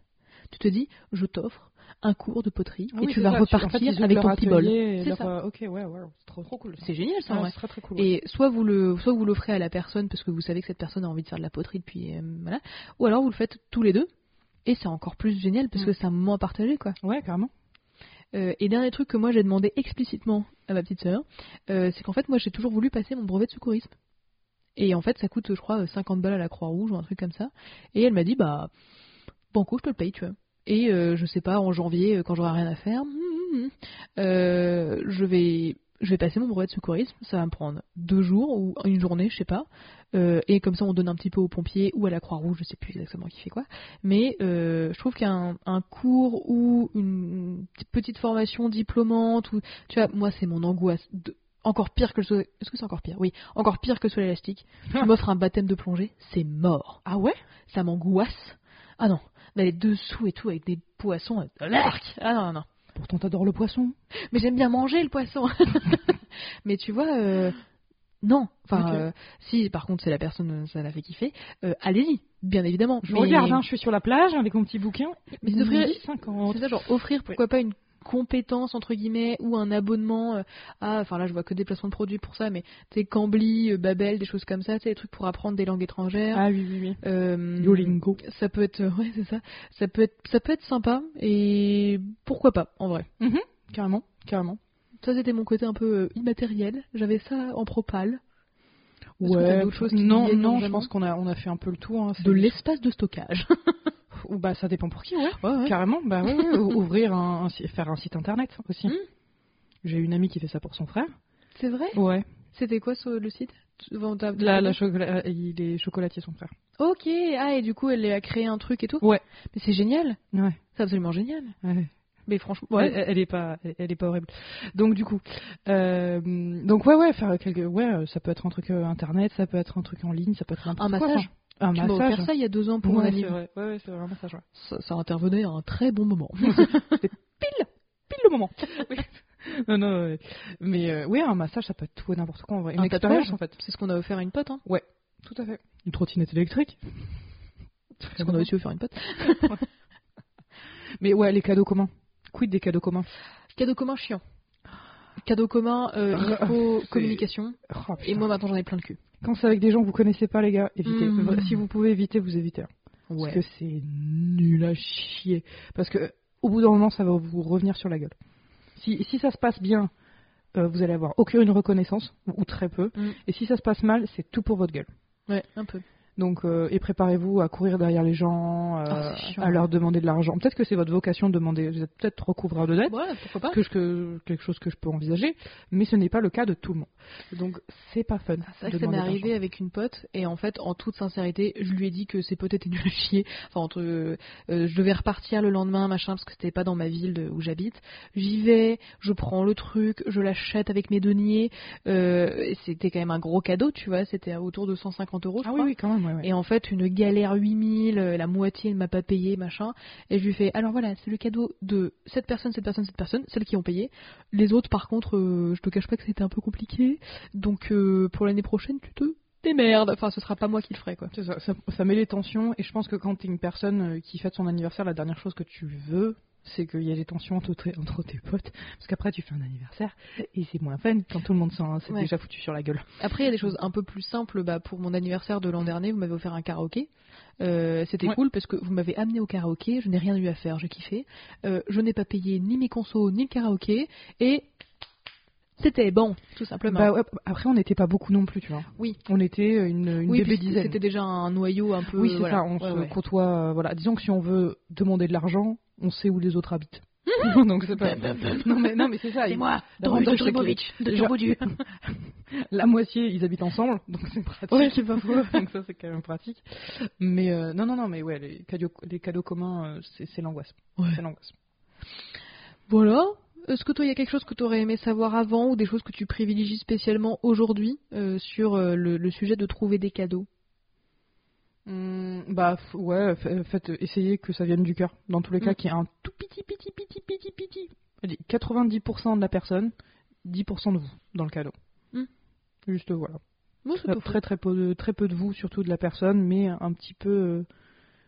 [SPEAKER 1] Tu te dis, je t'offre un cours de poterie
[SPEAKER 2] ah
[SPEAKER 1] et
[SPEAKER 2] oui,
[SPEAKER 1] tu
[SPEAKER 2] c'est
[SPEAKER 1] vas
[SPEAKER 2] ça, en fait,
[SPEAKER 1] repartir
[SPEAKER 2] ils ouvrent
[SPEAKER 1] avec
[SPEAKER 2] leur
[SPEAKER 1] ton petit bol.
[SPEAKER 2] atelier et
[SPEAKER 1] C'est
[SPEAKER 2] leur,
[SPEAKER 1] ça.
[SPEAKER 2] euh, ok, ouais, ouais, c'est trop, trop cool.
[SPEAKER 1] C'est génial ça,
[SPEAKER 2] Ah,
[SPEAKER 1] en vrai.
[SPEAKER 2] c'est très très cool. ouais.
[SPEAKER 1] Et soit vous le, soit vous l'offrez à la personne parce que vous savez que cette personne a envie de faire de la poterie depuis, euh, voilà. Ou alors vous le faites tous les deux. Et c'est encore plus génial parce
[SPEAKER 2] Mm.
[SPEAKER 1] que c'est un moment à partager, quoi.
[SPEAKER 2] Ouais, carrément.
[SPEAKER 1] Euh, et dernier truc que moi j'ai demandé explicitement à ma petite sœur, euh, c'est qu'en fait moi j'ai toujours voulu passer mon brevet de secourisme. Et en fait ça coûte je crois 50 balles à la Croix-Rouge ou un truc comme ça. Et elle m'a dit bah banco je te le paye tu vois. Et euh, je sais pas en janvier euh, quand j'aurai rien à faire, hum, hum, hum, euh, je vais je vais passer mon brevet de secourisme. Ça va me prendre deux jours ou une journée je sais pas. Euh, et comme ça on donne un petit peu aux pompiers ou à la Croix-Rouge je sais plus exactement qui fait quoi. Mais euh, je trouve qu'un un cours ou une petite- petite formation diplômante, ou tu vois, moi c'est mon angoisse. de- encore pire que le saut. Est-ce que c'est encore pire Oui, encore pire que le saut élastique. Tu m'offres un baptême de plongée, c'est mort.
[SPEAKER 2] Ah ouais
[SPEAKER 1] Ça m'angoisse. Ah non, d'aller dessous et tout avec des poissons. euh, l'arc Ah non, non, non.
[SPEAKER 2] Pourtant, t'adores le poisson.
[SPEAKER 1] Mais j'aime bien manger le poisson. Mais tu vois, euh, non. Enfin,
[SPEAKER 2] Ok.
[SPEAKER 1] euh, si par contre c'est la personne, ça la fait kiffer, euh, allez-y, bien évidemment.
[SPEAKER 2] Je
[SPEAKER 1] Mais-
[SPEAKER 2] regarde, hein, je suis sur la plage avec mon petit bouquin.
[SPEAKER 1] Mais c'est vrai-
[SPEAKER 2] 50.
[SPEAKER 1] C'est ça, genre offrir pourquoi pas une compétence entre guillemets ou un abonnement euh, à enfin là je vois que des placements de produits pour ça mais tu sais Cambly, euh, Babel, des choses comme ça, tu sais des trucs pour apprendre des langues étrangères.
[SPEAKER 2] Ah oui, oui, oui.
[SPEAKER 1] Euh,
[SPEAKER 2] Duolingo.
[SPEAKER 1] ça peut être ouais, c'est ça. Ça peut être ça peut être sympa et pourquoi pas en vrai.
[SPEAKER 2] Carrément, carrément.
[SPEAKER 1] Ça c'était mon côté un peu euh, immatériel, j'avais ça en propal. Est-ce que t'as d'autres choses qui
[SPEAKER 2] non,
[SPEAKER 1] viennent dans
[SPEAKER 2] non,
[SPEAKER 1] le
[SPEAKER 2] je
[SPEAKER 1] jardin
[SPEAKER 2] pense qu'on a, on a fait un peu le tour. hein, c'est-
[SPEAKER 1] de l'espace de stockage.
[SPEAKER 2] Ou bah ça dépend pour qui, ouais.
[SPEAKER 1] Ouais, ouais.
[SPEAKER 2] Carrément, bah ouais, ouais, ou- ouvrir un, un si- faire un site internet aussi.
[SPEAKER 1] Hmm.
[SPEAKER 2] J'ai une amie qui fait ça pour son frère.
[SPEAKER 1] C'est vrai
[SPEAKER 2] Ouais.
[SPEAKER 1] C'était quoi ce- le site Tu- bon, t'as-
[SPEAKER 2] Là, la chocola- euh, il est chocolatier son frère.
[SPEAKER 1] Ok, ah et du coup elle a créé un truc et tout.
[SPEAKER 2] Ouais.
[SPEAKER 1] Mais c'est génial,
[SPEAKER 2] Ouais.
[SPEAKER 1] c'est absolument génial.
[SPEAKER 2] ouais.
[SPEAKER 1] Mais franchement, euh,
[SPEAKER 2] Elle, elle- elle est pas, elle, elle est pas horrible. Donc du coup, euh, donc ouais, ouais, faire quelque, ouais, euh, ça peut être un truc euh, internet, ça peut être un truc en ligne, ça peut être n'importe
[SPEAKER 1] Un
[SPEAKER 2] quoi,
[SPEAKER 1] massage.
[SPEAKER 2] enfin. Un
[SPEAKER 1] tu m'as
[SPEAKER 2] massage.
[SPEAKER 1] offert ça il y a deux ans pour mon
[SPEAKER 2] Ouais, c'est
[SPEAKER 1] anniversaire.
[SPEAKER 2] vrai. Ouais, ouais, c'est vrai, un massage. ouais.
[SPEAKER 1] Ça, ça intervenait à un très bon moment.
[SPEAKER 2] pile le moment. non, non, ouais. mais euh, ouais, un massage, ça peut être tout et n'importe quoi en vrai. Une
[SPEAKER 1] Un
[SPEAKER 2] expérience
[SPEAKER 1] tatouage.
[SPEAKER 2] en fait.
[SPEAKER 1] c'est ce qu'on a offert à une pote. Hein.
[SPEAKER 2] Tout à fait. Une trottinette électrique.
[SPEAKER 1] C'est ce qu'on a aussi offert à une pote.
[SPEAKER 2] Mais ouais, les cadeaux communs. Quid des cadeaux communs
[SPEAKER 1] Cadeau commun chiant. Cadeau commun, euh, il faut
[SPEAKER 2] C'est-
[SPEAKER 1] communication.
[SPEAKER 2] Oh,
[SPEAKER 1] Et
[SPEAKER 2] putain.
[SPEAKER 1] moi maintenant j'en ai plein le cul.
[SPEAKER 2] Quand c'est avec des gens que vous connaissez pas, les gars, évitez.
[SPEAKER 1] Mhm.
[SPEAKER 2] Vra- Si vous pouvez éviter, vous évitez. hein. Parce que
[SPEAKER 1] Ouais.
[SPEAKER 2] c'est nul à chier. Parce que euh, au bout d'un moment, ça va vous revenir sur la gueule. Si, si ça se passe bien, euh, vous allez avoir aucune reconnaissance, ou, ou très peu.
[SPEAKER 1] Mm.
[SPEAKER 2] Et si ça se passe mal, c'est tout pour votre gueule.
[SPEAKER 1] Ouais, un peu.
[SPEAKER 2] Donc, euh, et préparez-vous à courir derrière les gens, euh,
[SPEAKER 1] Ah, c'est chiant,
[SPEAKER 2] à leur demander de l'argent. Peut-être que c'est votre vocation de demander, vous êtes peut-être trop couvreur de dettes,
[SPEAKER 1] Ouais, pourquoi pas.
[SPEAKER 2] que je- que- quelque chose que je peux envisager, mais ce n'est pas le cas de tout le monde. Donc, c'est pas fun.
[SPEAKER 1] Ah, C'est vrai
[SPEAKER 2] de
[SPEAKER 1] que ça m'est
[SPEAKER 2] demander de
[SPEAKER 1] arrivé avec une pote et en fait, en toute sincérité, je lui ai dit que ses potes étaient nuls à chier. Enfin, entre, euh, euh, je devais repartir le lendemain, machin, parce que c'était pas dans ma ville de- où j'habite. J'y vais, je prends le truc, je l'achète avec mes deniers. Euh, et c'était quand même un gros cadeau, tu vois. C'était autour de 150 euros. je
[SPEAKER 2] l'argent. Ah
[SPEAKER 1] crois.
[SPEAKER 2] oui, oui, quand même, ouais, ouais.
[SPEAKER 1] Et en fait, une galère 8000, euh, la moitié ne m'a pas payé, machin. Et je lui fais, alors voilà, c'est le cadeau de cette personne, cette personne, cette personne, celles qui ont payé. Les autres, par contre, euh, je te cache pas que c'était un peu compliqué. Donc euh, pour l'année prochaine, tu te démerdes. Enfin, ce sera pas moi qui le ferai, quoi.
[SPEAKER 2] C'est Ça, ça, ça met les tensions, et je pense que quand t'es une personne euh, qui fête son anniversaire, la dernière chose que tu veux, c'est qu'il y ait des tensions entre, tes- entre tes potes, parce qu'après tu fais un anniversaire, et c'est moins fun quand tout le monde s'en c'est
[SPEAKER 1] Ouais.
[SPEAKER 2] déjà foutu sur la gueule.
[SPEAKER 1] Après, il y a des choses un peu plus simples. Bah, pour mon anniversaire de l'an dernier, vous m'avez offert un karaoké. Euh, C'était
[SPEAKER 2] Ouais.
[SPEAKER 1] cool parce que vous m'avez amené au karaoké. Je n'ai rien eu à faire, j'ai kiffé. Euh, je n'ai pas payé ni mes consos ni le karaoké. Et c'était bon, tout simplement.
[SPEAKER 2] Bah ouais, après on n'était pas beaucoup non plus, tu vois.
[SPEAKER 1] Oui.
[SPEAKER 2] On était une, une
[SPEAKER 1] oui,
[SPEAKER 2] bébé
[SPEAKER 1] puis
[SPEAKER 2] dizaine.
[SPEAKER 1] C'était déjà un noyau un peu.
[SPEAKER 2] Oui, c'est
[SPEAKER 1] voilà.
[SPEAKER 2] ça, on
[SPEAKER 1] Ouais,
[SPEAKER 2] se
[SPEAKER 1] ouais.
[SPEAKER 2] côtoie. euh, voilà. Disons que si on veut demander de l'argent, on sait où les autres habitent. Donc c'est pas. non, mais, non, mais c'est ça.
[SPEAKER 1] C'est
[SPEAKER 2] ils-
[SPEAKER 1] moi,
[SPEAKER 2] La
[SPEAKER 1] Drôle de
[SPEAKER 2] moitié, c'est
[SPEAKER 1] Drubovic, de
[SPEAKER 2] Déjà-
[SPEAKER 1] Turbodu.
[SPEAKER 2] La moitié, ils habitent ensemble, donc c'est pratique.
[SPEAKER 1] Ouais, c'est pas faux.
[SPEAKER 2] donc ça, c'est quand même pratique. Mais euh, non, non, non, mais ouais, les cadeaux, les cadeaux communs, euh, c'est c'est l'angoisse.
[SPEAKER 1] Ouais.
[SPEAKER 2] C'est l'angoisse.
[SPEAKER 1] Voilà. Est-ce que toi, il y a quelque chose que tu aurais aimé savoir avant ou des choses que tu privilégies spécialement aujourd'hui euh, sur euh, le, le sujet de trouver des cadeaux
[SPEAKER 2] Hum, bah f- ouais, f- faites essayer que ça vienne du cœur. Dans tous les cas,
[SPEAKER 1] Mm.
[SPEAKER 2] qu'il y ait un tout petit, petit, petit, petit, petit. Allez, 90% de la personne, 10% de vous dans le cadeau.
[SPEAKER 1] Mm.
[SPEAKER 2] Juste voilà.
[SPEAKER 1] Moi, c'est
[SPEAKER 2] Très,
[SPEAKER 1] pas faux.
[SPEAKER 2] très très peu de très peu de vous, surtout de la personne, mais un petit peu euh,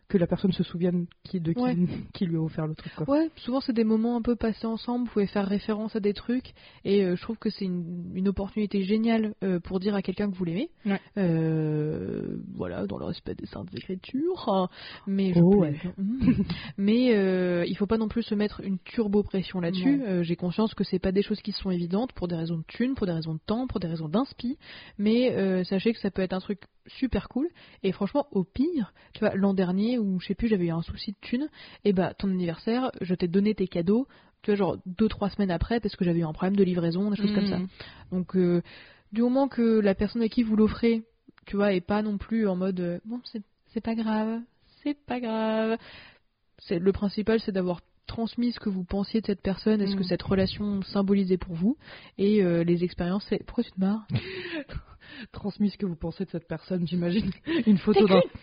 [SPEAKER 2] que la personne se souvienne qui de qui,
[SPEAKER 1] Ouais.
[SPEAKER 2] qui lui a offert le truc. Quoi.
[SPEAKER 1] Ouais, souvent c'est des moments un peu passés ensemble, vous pouvez faire référence à des trucs, et euh, je trouve que c'est une, une opportunité géniale euh, pour dire à quelqu'un que vous l'aimez.
[SPEAKER 2] Ouais.
[SPEAKER 1] Euh, voilà, dans le respect des saintes écritures. hein. Mais je
[SPEAKER 2] Oh,
[SPEAKER 1] plaisante. Mmh. Mais euh, il faut pas non plus se mettre une turbo pression là-dessus.
[SPEAKER 2] Non.
[SPEAKER 1] Euh, J'ai conscience que c'est pas des choses qui sont évidentes pour des raisons de thunes, pour des raisons de temps, pour des raisons d'inspi. Mais euh, sachez que ça peut être un truc super cool. Et franchement, au pire, tu vois, l'an dernier où je sais plus, j'avais eu un souci de thunes et bah ton anniversaire, je t'ai donné tes cadeaux, tu vois, genre deux trois semaines après parce que j'avais eu un problème de livraison, des choses comme
[SPEAKER 2] Hmm.
[SPEAKER 1] ça. Donc euh, du moment que la personne à qui vous l'offrez, tu vois, est pas non plus en mode euh, bon c'est c'est pas grave, c'est pas grave. C'est le principal, c'est d'avoir transmis ce que vous pensiez de cette personne, est ce que
[SPEAKER 2] Mm.
[SPEAKER 1] cette relation symbolisait pour vous et euh, les expériences. c'est- Pourquoi tu te marres
[SPEAKER 2] Transmis ce que vous pensez de cette personne, j'imagine. Une photo d'un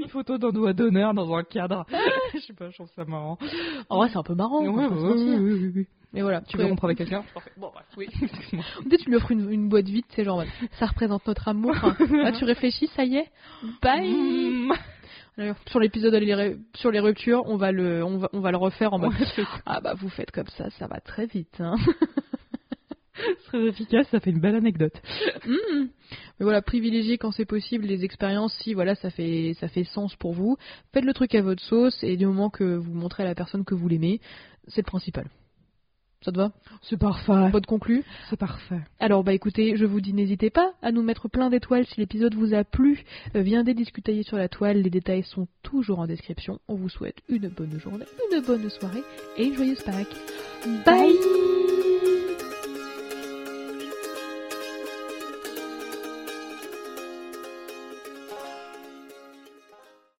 [SPEAKER 2] une photo d'un doigt d'honneur dans un cadre. je sais pas, je trouve ça marrant.
[SPEAKER 1] En vrai, c'est un peu marrant. Ah. on va pas se mentir. Mais voilà,
[SPEAKER 2] Tu veux rompre avec quelqu'un
[SPEAKER 1] Bon, bah, oui.
[SPEAKER 2] Excuse-moi.
[SPEAKER 1] Peut-être tu lui offres une, une boîte vide, c'est genre, ça représente notre amour. Là, tu réfléchis, ça y est, bye.
[SPEAKER 2] Mm.
[SPEAKER 1] D'ailleurs, sur l'épisode les ré- sur les ruptures, on va le, on va, on va le refaire en mode.
[SPEAKER 2] Ouais, c'est
[SPEAKER 1] Ah bah vous faites comme ça, ça va très vite. hein.
[SPEAKER 2] très efficace, ça fait une belle anecdote.
[SPEAKER 1] Mm. Mais voilà, privilégiez quand c'est possible les expériences si voilà ça fait ça fait sens pour vous. Faites le truc à votre sauce et du moment que vous montrez à la personne que vous l'aimez, c'est le principal. Ça te va
[SPEAKER 2] C'est parfait.
[SPEAKER 1] Bonne conclue.
[SPEAKER 2] C'est parfait.
[SPEAKER 1] Alors bah écoutez, je vous dis n'hésitez pas à nous mettre plein d'étoiles si l'épisode vous a plu. Euh, viendez discuter sur la toile, les détails sont toujours en description. On vous souhaite une bonne journée, une bonne soirée et une joyeuse Pâques. Bye.